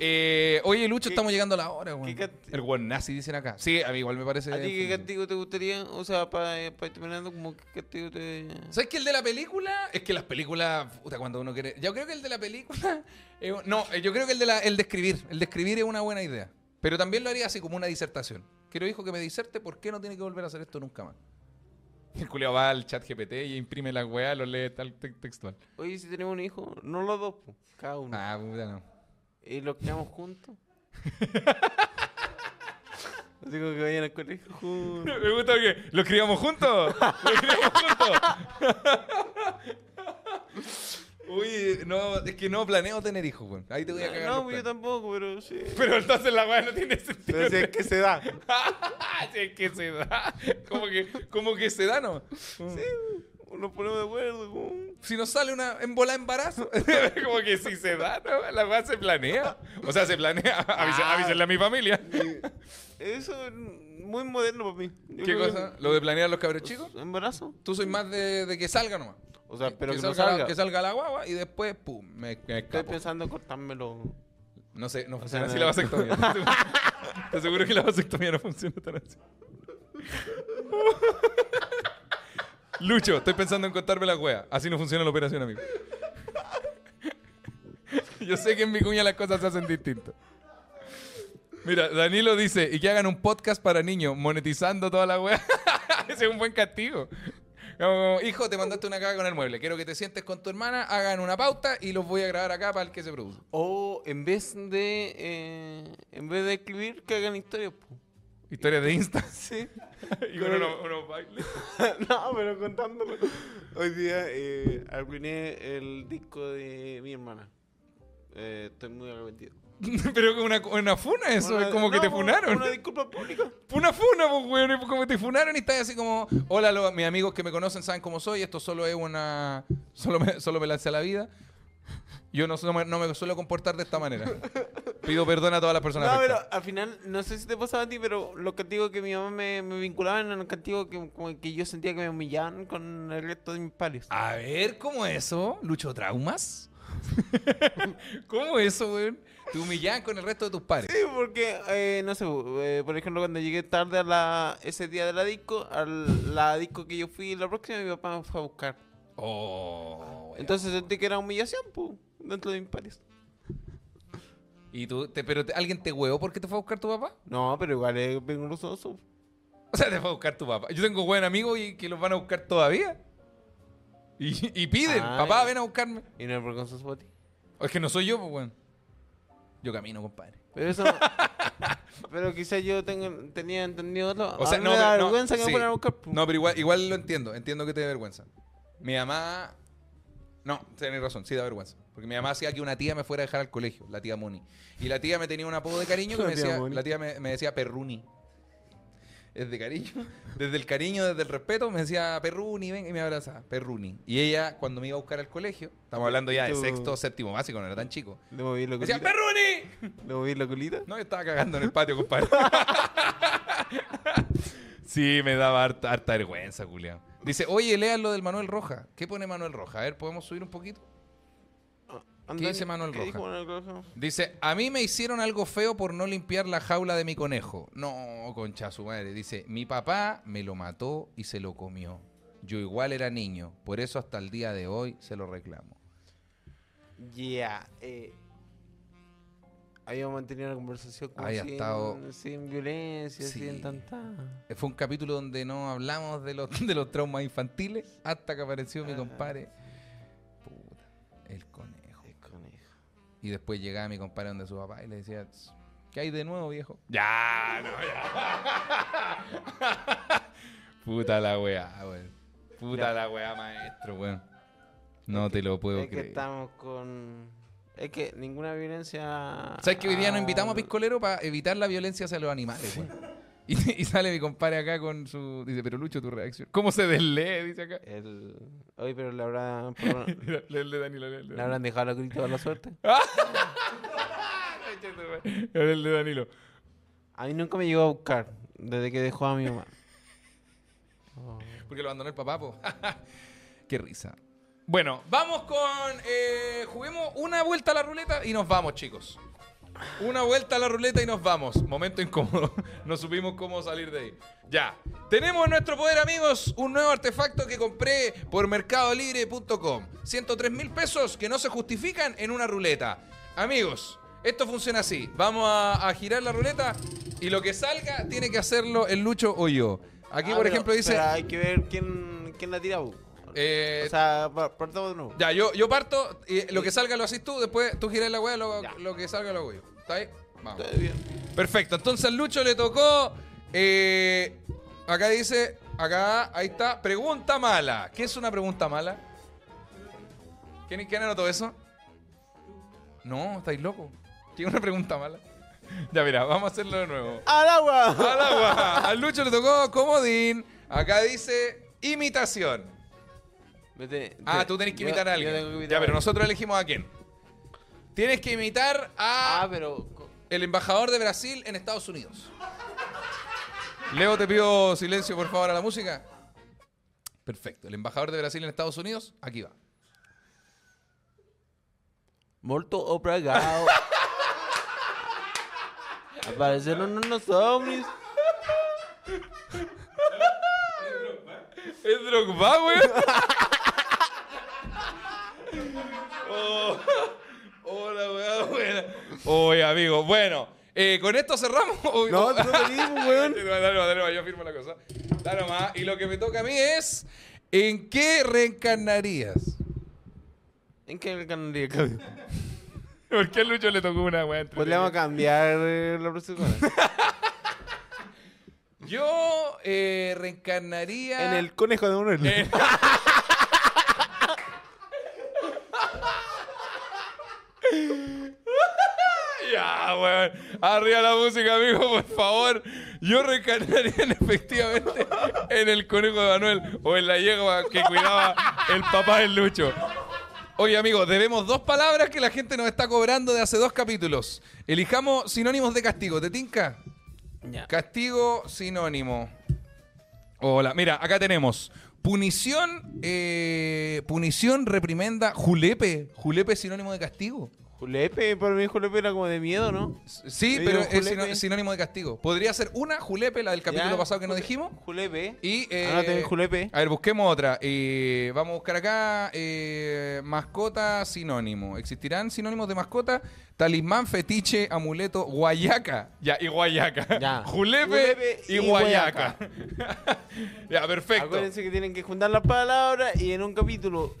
Speaker 1: Eh, oye, Lucho,
Speaker 5: ¿Qué-
Speaker 1: estamos llegando a la hora, weón.
Speaker 5: qué cant-
Speaker 1: El weón nazi dicen acá. Sí, a mí igual me parece.
Speaker 5: ¿A ti qué
Speaker 1: ofensivo.
Speaker 5: castigo te gustaría? O sea, para, para ir terminando, como qué castigo te...
Speaker 1: ¿Sabes que el de la película? Es que las películas, puta, cuando uno quiere. Yo creo que el de la película. eh, no, eh, yo creo que el de, la, el de escribir. El de escribir es una buena idea. Pero también lo haría así como una disertación. Quiero, hijo, que me diserte por qué no tiene que volver a hacer esto nunca más.
Speaker 3: El culiao va al chat GPT y imprime la weá, lo lee tal te- textual.
Speaker 5: Oye, si tenemos un hijo, no los dos, po, cada uno.
Speaker 1: Ah, puta, no.
Speaker 5: Y los criamos juntos. Así como que vayan al colegio juntos.
Speaker 3: Me gusta que lo criamos juntos. Lo criamos juntos.
Speaker 1: Uy, no, es que no planeo tener hijos, weón. Ahí te voy a cagar.
Speaker 5: No,
Speaker 1: los
Speaker 5: pues yo
Speaker 1: planes.
Speaker 5: tampoco, pero sí.
Speaker 3: Pero entonces la weá no tiene sentido.
Speaker 5: Pero si es que se da.
Speaker 3: Si es que se da. Como que, como que se
Speaker 1: Te da, ¿no?
Speaker 5: Nos ponemos de acuerdo. como-
Speaker 1: Si nos sale una en bola de embarazo.
Speaker 3: Como que si se da, ¿no? la weá se planea. O sea, se planea. Avisen-
Speaker 5: Ah.
Speaker 3: Avísenle a mi familia.
Speaker 5: Eso es muy moderno para mí. Yo
Speaker 1: ¿Qué
Speaker 5: creo que-
Speaker 1: cosa? ¿Lo de planear los cabros chicos?
Speaker 5: ¿Embarazo?
Speaker 1: Tú soy más de, de que salga nomás.
Speaker 5: O sea, pero que, no
Speaker 1: salga,
Speaker 5: salga.
Speaker 1: que salga la guagua y después, pum, me, me
Speaker 5: Estoy
Speaker 1: escapo.
Speaker 5: pensando en cortármelo.
Speaker 1: No sé, no
Speaker 5: sea,
Speaker 1: funciona así
Speaker 5: no-
Speaker 1: la vasectomía. Te aseguro que la vasectomía no funciona tan así. Lucho, estoy pensando en contarme la wea. Así no funciona la operación, amigo. Yo sé que en mi cuña las cosas se hacen distintas. Mira, Danilo dice, y que hagan un podcast para niños, monetizando toda la wea.
Speaker 3: Ese es un buen castigo.
Speaker 1: Como, hijo, te mandaste una caga con el mueble. Quiero que te sientes con tu hermana, hagan una pauta y los voy a grabar acá para el que se produce.
Speaker 5: O en vez de. eh, en vez de escribir, que hagan historias, po.
Speaker 1: Historia de Insta.
Speaker 5: Sí.
Speaker 3: Y con uno- unos bailes.
Speaker 5: no, pero contándolo. Hoy día eh, arruiné el disco de mi hermana. Eh, estoy muy arrepentido.
Speaker 1: Pero con una, una funa eso,
Speaker 5: Una-
Speaker 1: es como que
Speaker 5: no,
Speaker 1: te
Speaker 5: po,
Speaker 1: funaron.
Speaker 5: Una disculpa pública.
Speaker 1: Una funa, pues, weón. es Como te funaron y estás así como, hola, lo- mis amigos que me conocen saben cómo soy, esto solo es una... Solo me, solo me lancé a la vida. Yo no, no me, no me suelo comportar de esta manera. Pido perdón a todas las personas.
Speaker 5: No, pero
Speaker 1: afectadas.
Speaker 5: al final, no sé si te pasaba a ti, pero los castigos que mi mamá me, me vinculaba eran los castigos que, como que yo sentía que me humillaban con el resto de mis pares.
Speaker 1: A ver, ¿cómo eso? ¿Lucho traumas? ¿Cómo eso, weón? Te humillan con el resto de tus padres.
Speaker 5: Sí, porque, eh, no sé, eh, por ejemplo, cuando llegué tarde a la, ese día de la disco, a la disco que yo fui la próxima, mi papá me fue a buscar.
Speaker 1: Oh, weón.
Speaker 5: Entonces sentí que era humillación, pues, dentro de mis pares.
Speaker 1: ¿Y tú, te- pero te- alguien te hueó porque te fue a buscar tu papá?
Speaker 5: No, pero igual es vergonzoso.
Speaker 1: O sea, te fue a buscar tu papá. Yo tengo buen amigo y que los van a buscar todavía. Y, y piden,
Speaker 5: Ah,
Speaker 1: papá,
Speaker 5: ya.
Speaker 1: ven a buscarme.
Speaker 5: Y no es vergonzoso para ti.
Speaker 1: O es que no soy yo, pues, weón. Yo camino, compadre.
Speaker 5: Pero eso. pero quizás yo tengo, tenía entendido otro.
Speaker 1: O sea,
Speaker 5: a mí
Speaker 1: no,
Speaker 5: me da
Speaker 1: pero no,
Speaker 5: vergüenza que
Speaker 1: sí.
Speaker 5: me fueran a buscar. po.
Speaker 1: No, pero igual, igual lo entiendo. Entiendo que te da vergüenza. Mi mamá. No, tenés razón, sí da vergüenza. Porque mi mamá hacía que una tía me fuera a dejar al colegio, la tía Moni. Y la tía me tenía un apodo de cariño que
Speaker 5: La
Speaker 1: me
Speaker 5: tía
Speaker 1: decía,
Speaker 5: Moni.
Speaker 1: la tía me, me decía Perruni. Es de cariño. Desde el cariño, desde el respeto, me decía Perruni, ven, y me abrazaba, Perruni. Y ella, cuando me iba a buscar al colegio, estamos hablando ya de
Speaker 5: Tú-
Speaker 1: sexto, séptimo básico, no era tan chico.
Speaker 5: Le moví la
Speaker 1: me Decía,
Speaker 5: colita.
Speaker 1: ¡Perruni!
Speaker 5: Le moví la colita.
Speaker 1: No, yo estaba cagando en el patio, compadre.
Speaker 3: Sí, me daba harta, harta vergüenza, culiao.
Speaker 1: Dice, oye, lean lo del Manuel Roja. ¿Qué pone Manuel Roja? A ver, ¿podemos subir un poquito?
Speaker 5: Andani,
Speaker 1: dice Manuel
Speaker 5: ¿qué
Speaker 1: Roja?
Speaker 5: dijo Manuel Roja?
Speaker 1: Dice, a mí me hicieron algo feo por no limpiar la jaula de mi conejo. No, concha su madre. Dice, mi papá me lo mató y se lo comió. Yo igual era niño, por eso hasta el día de hoy se lo reclamo.
Speaker 5: Yeah. eh, habíamos mantenido una conversación como
Speaker 1: Había
Speaker 5: sin,
Speaker 1: estado-
Speaker 5: sin violencia,
Speaker 1: Sí.
Speaker 5: sin tanta.
Speaker 1: Eh, Fue un capítulo donde no hablamos de los, de los traumas infantiles hasta que apareció mi
Speaker 5: Ajá.
Speaker 1: compadre. Puta, el conejo.
Speaker 5: El conejo.
Speaker 1: Y después llegaba mi compadre donde su papá y le decía, "Tss, ¿qué hay de nuevo, viejo?
Speaker 3: Ya, no, ya. Puta la weá, weón. Puta
Speaker 5: Ya.
Speaker 3: la weá, maestro.
Speaker 1: Pero bueno, no te lo puedo
Speaker 5: Es que
Speaker 1: creer.
Speaker 5: estamos con. Es que ninguna violencia.
Speaker 1: ¿Sabes que hoy día nos
Speaker 5: ah,
Speaker 1: invitamos a Piscolero para evitar la violencia hacia los animales, güey? Y, y sale mi compadre acá con su... Dice, pero Lucho, tu reacción. ¿Cómo se deslee? Dice acá.
Speaker 5: El... Oye, pero le habrán, por-
Speaker 3: Mira, Lee el de Danilo, lee el de
Speaker 5: le habrán dejado los gritos a la suerte.
Speaker 1: Ah,
Speaker 3: Danilo. Lee el de Danilo.
Speaker 5: A mí nunca me llegó a buscar desde que dejó a mi mamá.
Speaker 1: Porque lo abandonó el papá, po. Qué risa. Bueno, vamos con... eh, juguemos una vuelta a la ruleta y nos vamos, chicos. Una vuelta a la ruleta y nos vamos. Momento incómodo. No supimos cómo salir de ahí. Ya. Tenemos en nuestro poder, amigos, un nuevo artefacto que compré por mercadolibre.com. 103 mil pesos que no se justifican en una ruleta. Amigos, esto funciona así. Vamos a, a girar la ruleta y lo que salga tiene que hacerlo el Lucho o yo. Aquí,
Speaker 5: Ah,
Speaker 1: por
Speaker 5: pero-
Speaker 1: ejemplo, dice...
Speaker 5: pero hay que ver quién, quién la tira. bu.
Speaker 1: eh,
Speaker 5: o sea, pa- partamos de nuevo.
Speaker 1: ya, yo, yo parto, y lo que salga lo haces tú, después tú giras la weá, lo,
Speaker 5: Ya.
Speaker 1: lo que salga lo hago yo. ¿Está ahí? Vamos.
Speaker 5: Está bien.
Speaker 1: Perfecto, entonces al Lucho le tocó. eh, acá dice, acá, ahí está. Pregunta mala. ¿Qué es una pregunta mala? ¿Quién, quién anotó eso? No, estáis loco. ¿Qué es una pregunta mala?
Speaker 3: Ya, mira, vamos a hacerlo de nuevo.
Speaker 5: ¡Al agua!
Speaker 1: Al agua. Al Lucho le tocó comodín. Acá dice imitación.
Speaker 5: Vete, te-
Speaker 1: Ah, tú tenés que
Speaker 5: yo-
Speaker 1: imitar a
Speaker 5: yo
Speaker 1: alguien.
Speaker 5: tengo que imitar
Speaker 1: ya,
Speaker 5: a
Speaker 1: pero
Speaker 5: alguien.
Speaker 1: nosotros elegimos a quién. Tienes que imitar a
Speaker 5: Ah, pero. co-
Speaker 1: el embajador de Brasil en Estados Unidos. Leo, te pido silencio, por favor, a la música. Perfecto. El embajador de Brasil en Estados Unidos, aquí va.
Speaker 5: Molto obrigado. Aparecieron unos ovnis.
Speaker 3: Es Drogba, weón.
Speaker 5: Oh.
Speaker 1: Hola, weón, Oye, amigo, bueno. eh, ¿Con esto cerramos? O-
Speaker 5: No,
Speaker 1: o-
Speaker 5: no venimos, weón.
Speaker 1: Dale nomás, dale nomás, dale nomás, yo firmo la cosa. Dale nomás. Y lo que me toca a mí es, ¿en qué reencarnarías?
Speaker 5: ¿En qué ganaría? cabrón?
Speaker 3: ¿Por qué a Lucho le tocó una weá? entre-
Speaker 5: Podríamos cambiar eh, la próxima.
Speaker 1: Yo eh, reencarnaría...
Speaker 5: en el conejo de uno.
Speaker 3: Ya, weón. Arriba la música, amigo, por favor. Yo reencarnaría en- efectivamente en el conejo de Manuel o en la yegua que cuidaba el papá del Lucho.
Speaker 1: Oye, amigos, debemos dos palabras que la gente nos está cobrando de hace dos capítulos. Elijamos sinónimos de castigo. ¿Te tinca?
Speaker 5: Ya.
Speaker 1: Castigo sinónimo. Hola, mira, acá tenemos. Punición, eh, punición, reprimenda, julepe. Julepe es sinónimo de castigo.
Speaker 5: Julepe, para mí Julepe era como de miedo, ¿no?
Speaker 1: Sí,
Speaker 5: Yo
Speaker 1: pero
Speaker 5: digo
Speaker 1: es
Speaker 5: julepe.
Speaker 1: sino- sinónimo de castigo. Podría ser una julepe, la del capítulo
Speaker 5: Ya,
Speaker 1: pasado que nos
Speaker 5: jule-
Speaker 1: dijimos.
Speaker 5: Julepe.
Speaker 1: Y, eh,
Speaker 5: Ah, no, tenés julepe.
Speaker 1: A ver, busquemos otra. Eh, vamos a buscar acá eh, mascota sinónimo. ¿Existirán sinónimos de mascota? Talismán, fetiche, amuleto, guayaca.
Speaker 3: Ya, y Guayaca.
Speaker 5: Ya.
Speaker 3: Julepe,
Speaker 5: Julepe
Speaker 3: y,
Speaker 5: y
Speaker 3: Guayaca. ya, perfecto.
Speaker 5: Acuérdense que tienen que juntar las palabras y en un capítulo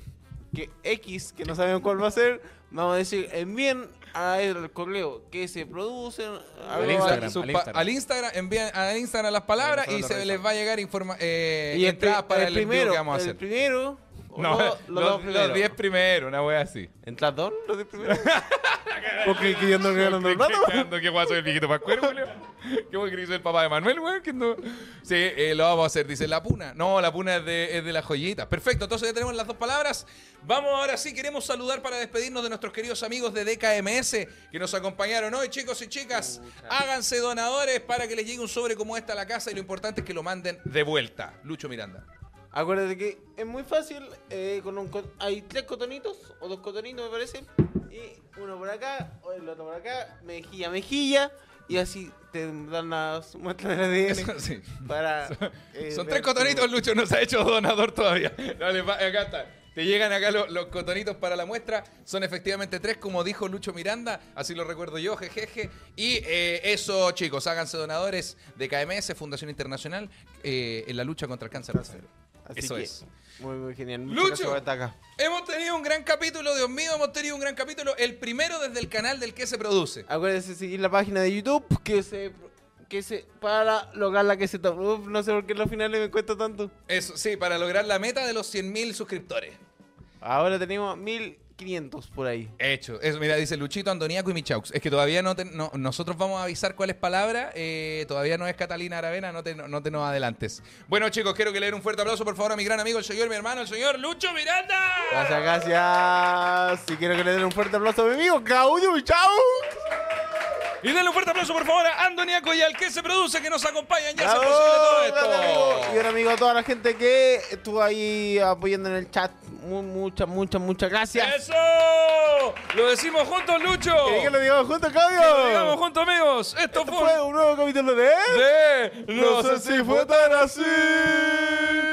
Speaker 5: que X, que no sabemos cuál va a ser, vamos a decir envíen a el correo que se producen
Speaker 4: Al
Speaker 5: arroba-
Speaker 4: Instagram,
Speaker 1: Sus
Speaker 4: al
Speaker 1: pa-
Speaker 4: Instagram.
Speaker 1: Al Instagram, envían al Instagram las palabras
Speaker 4: Nosotros
Speaker 1: y
Speaker 4: lo
Speaker 1: se les
Speaker 4: revisamos.
Speaker 1: va a llegar informa eh,
Speaker 5: y el, pri-
Speaker 1: entradas para
Speaker 5: el
Speaker 1: el, envío
Speaker 5: primero,
Speaker 1: que vamos a
Speaker 5: el
Speaker 1: hacer.
Speaker 5: primero, o
Speaker 3: No,
Speaker 5: los, los dos
Speaker 3: los,
Speaker 5: primeros.
Speaker 3: los 10 primero, una wea así.
Speaker 5: ¿Entras dos? ¿Los diez primeros?
Speaker 4: Porque que yo ando regalando el rato.
Speaker 3: Cagando, ¿Qué guaso el viejito Pascuero, Julio? ¿Qué guay que hizo el papá de Manuel, weón? Que no-
Speaker 1: Sí, eh, lo vamos a hacer. Dice la puna. No, la puna es de, es de la joyita. Perfecto, entonces ya tenemos las dos palabras. Vamos ahora sí, queremos saludar para despedirnos de nuestros queridos amigos de DKMS que nos acompañaron hoy, chicos y chicas. Háganse donadores para que les llegue un sobre como esta a la casa y lo importante es que lo manden de vuelta. Lucho Miranda.
Speaker 5: Acuérdate que es muy fácil. eh, con un co- hay tres cotonitos, o dos cotonitos me parece. Y uno por acá, o el otro por acá, mejilla, mejilla. Y así te dan las muestras de ADN
Speaker 1: Sí.
Speaker 5: para. eh,
Speaker 1: Son
Speaker 5: ver
Speaker 1: tres cotonitos,
Speaker 5: tu-
Speaker 1: Lucho no se ha hecho donador todavía. Dale, va, acá está. Te llegan acá lo- los cotonitos para la muestra. Son efectivamente tres, como dijo Lucho Miranda. Así lo recuerdo yo, jejeje. Y eh, eso, chicos, háganse donadores de KMS, Fundación Internacional, eh, en la lucha contra el cáncer. de sangre.
Speaker 5: Así
Speaker 1: Eso
Speaker 5: que,
Speaker 1: es.
Speaker 5: Muy, muy genial.
Speaker 1: Lucho.
Speaker 5: Ataca.
Speaker 1: Hemos tenido un gran capítulo, Dios mío, hemos tenido un gran capítulo. El primero desde el canal del que se produce.
Speaker 5: Acuérdense de seguir la página de YouTube que se. Que se para lograr la que se toma. Uf, no sé por qué en los finales me cuesta tanto.
Speaker 1: Eso, sí, para lograr la meta de los 100.000 suscriptores.
Speaker 5: Ahora tenemos 1500 por ahí.
Speaker 1: Hecho. Eso, mira, dice Luchito, Andoniaco y Michaux. Es que todavía no, te- no- nosotros vamos a avisar cuál es palabra. eh, todavía no es Catalina Aravena, no te, no te nos adelantes. Bueno, chicos, quiero que le den un fuerte aplauso, por favor, a mi gran amigo, el señor, mi hermano, el señor Lucho Miranda.
Speaker 5: Gracias, gracias. Y quiero que le den un fuerte aplauso a mi amigo Claudio y chao.
Speaker 1: Y denle un fuerte aplauso, por favor, a Andoniaco y al que se produce, que nos acompañan. Ya se
Speaker 5: Bravo,
Speaker 1: posible todo
Speaker 5: grande amigo. Y un
Speaker 1: esto.
Speaker 5: amigo a toda la gente que estuvo ahí apoyando en el chat. Mu- Muchas, muchas, muchas gracias.
Speaker 1: ¡Eso! Lo decimos juntos, Lucho.
Speaker 5: ¿Queréis que lo digamos juntos, Claudio?
Speaker 1: Oh. Lo digamos juntos, amigos. Esto,
Speaker 5: Fue un nuevo capítulo de...
Speaker 1: fue... de-
Speaker 5: No sé si fue tan así.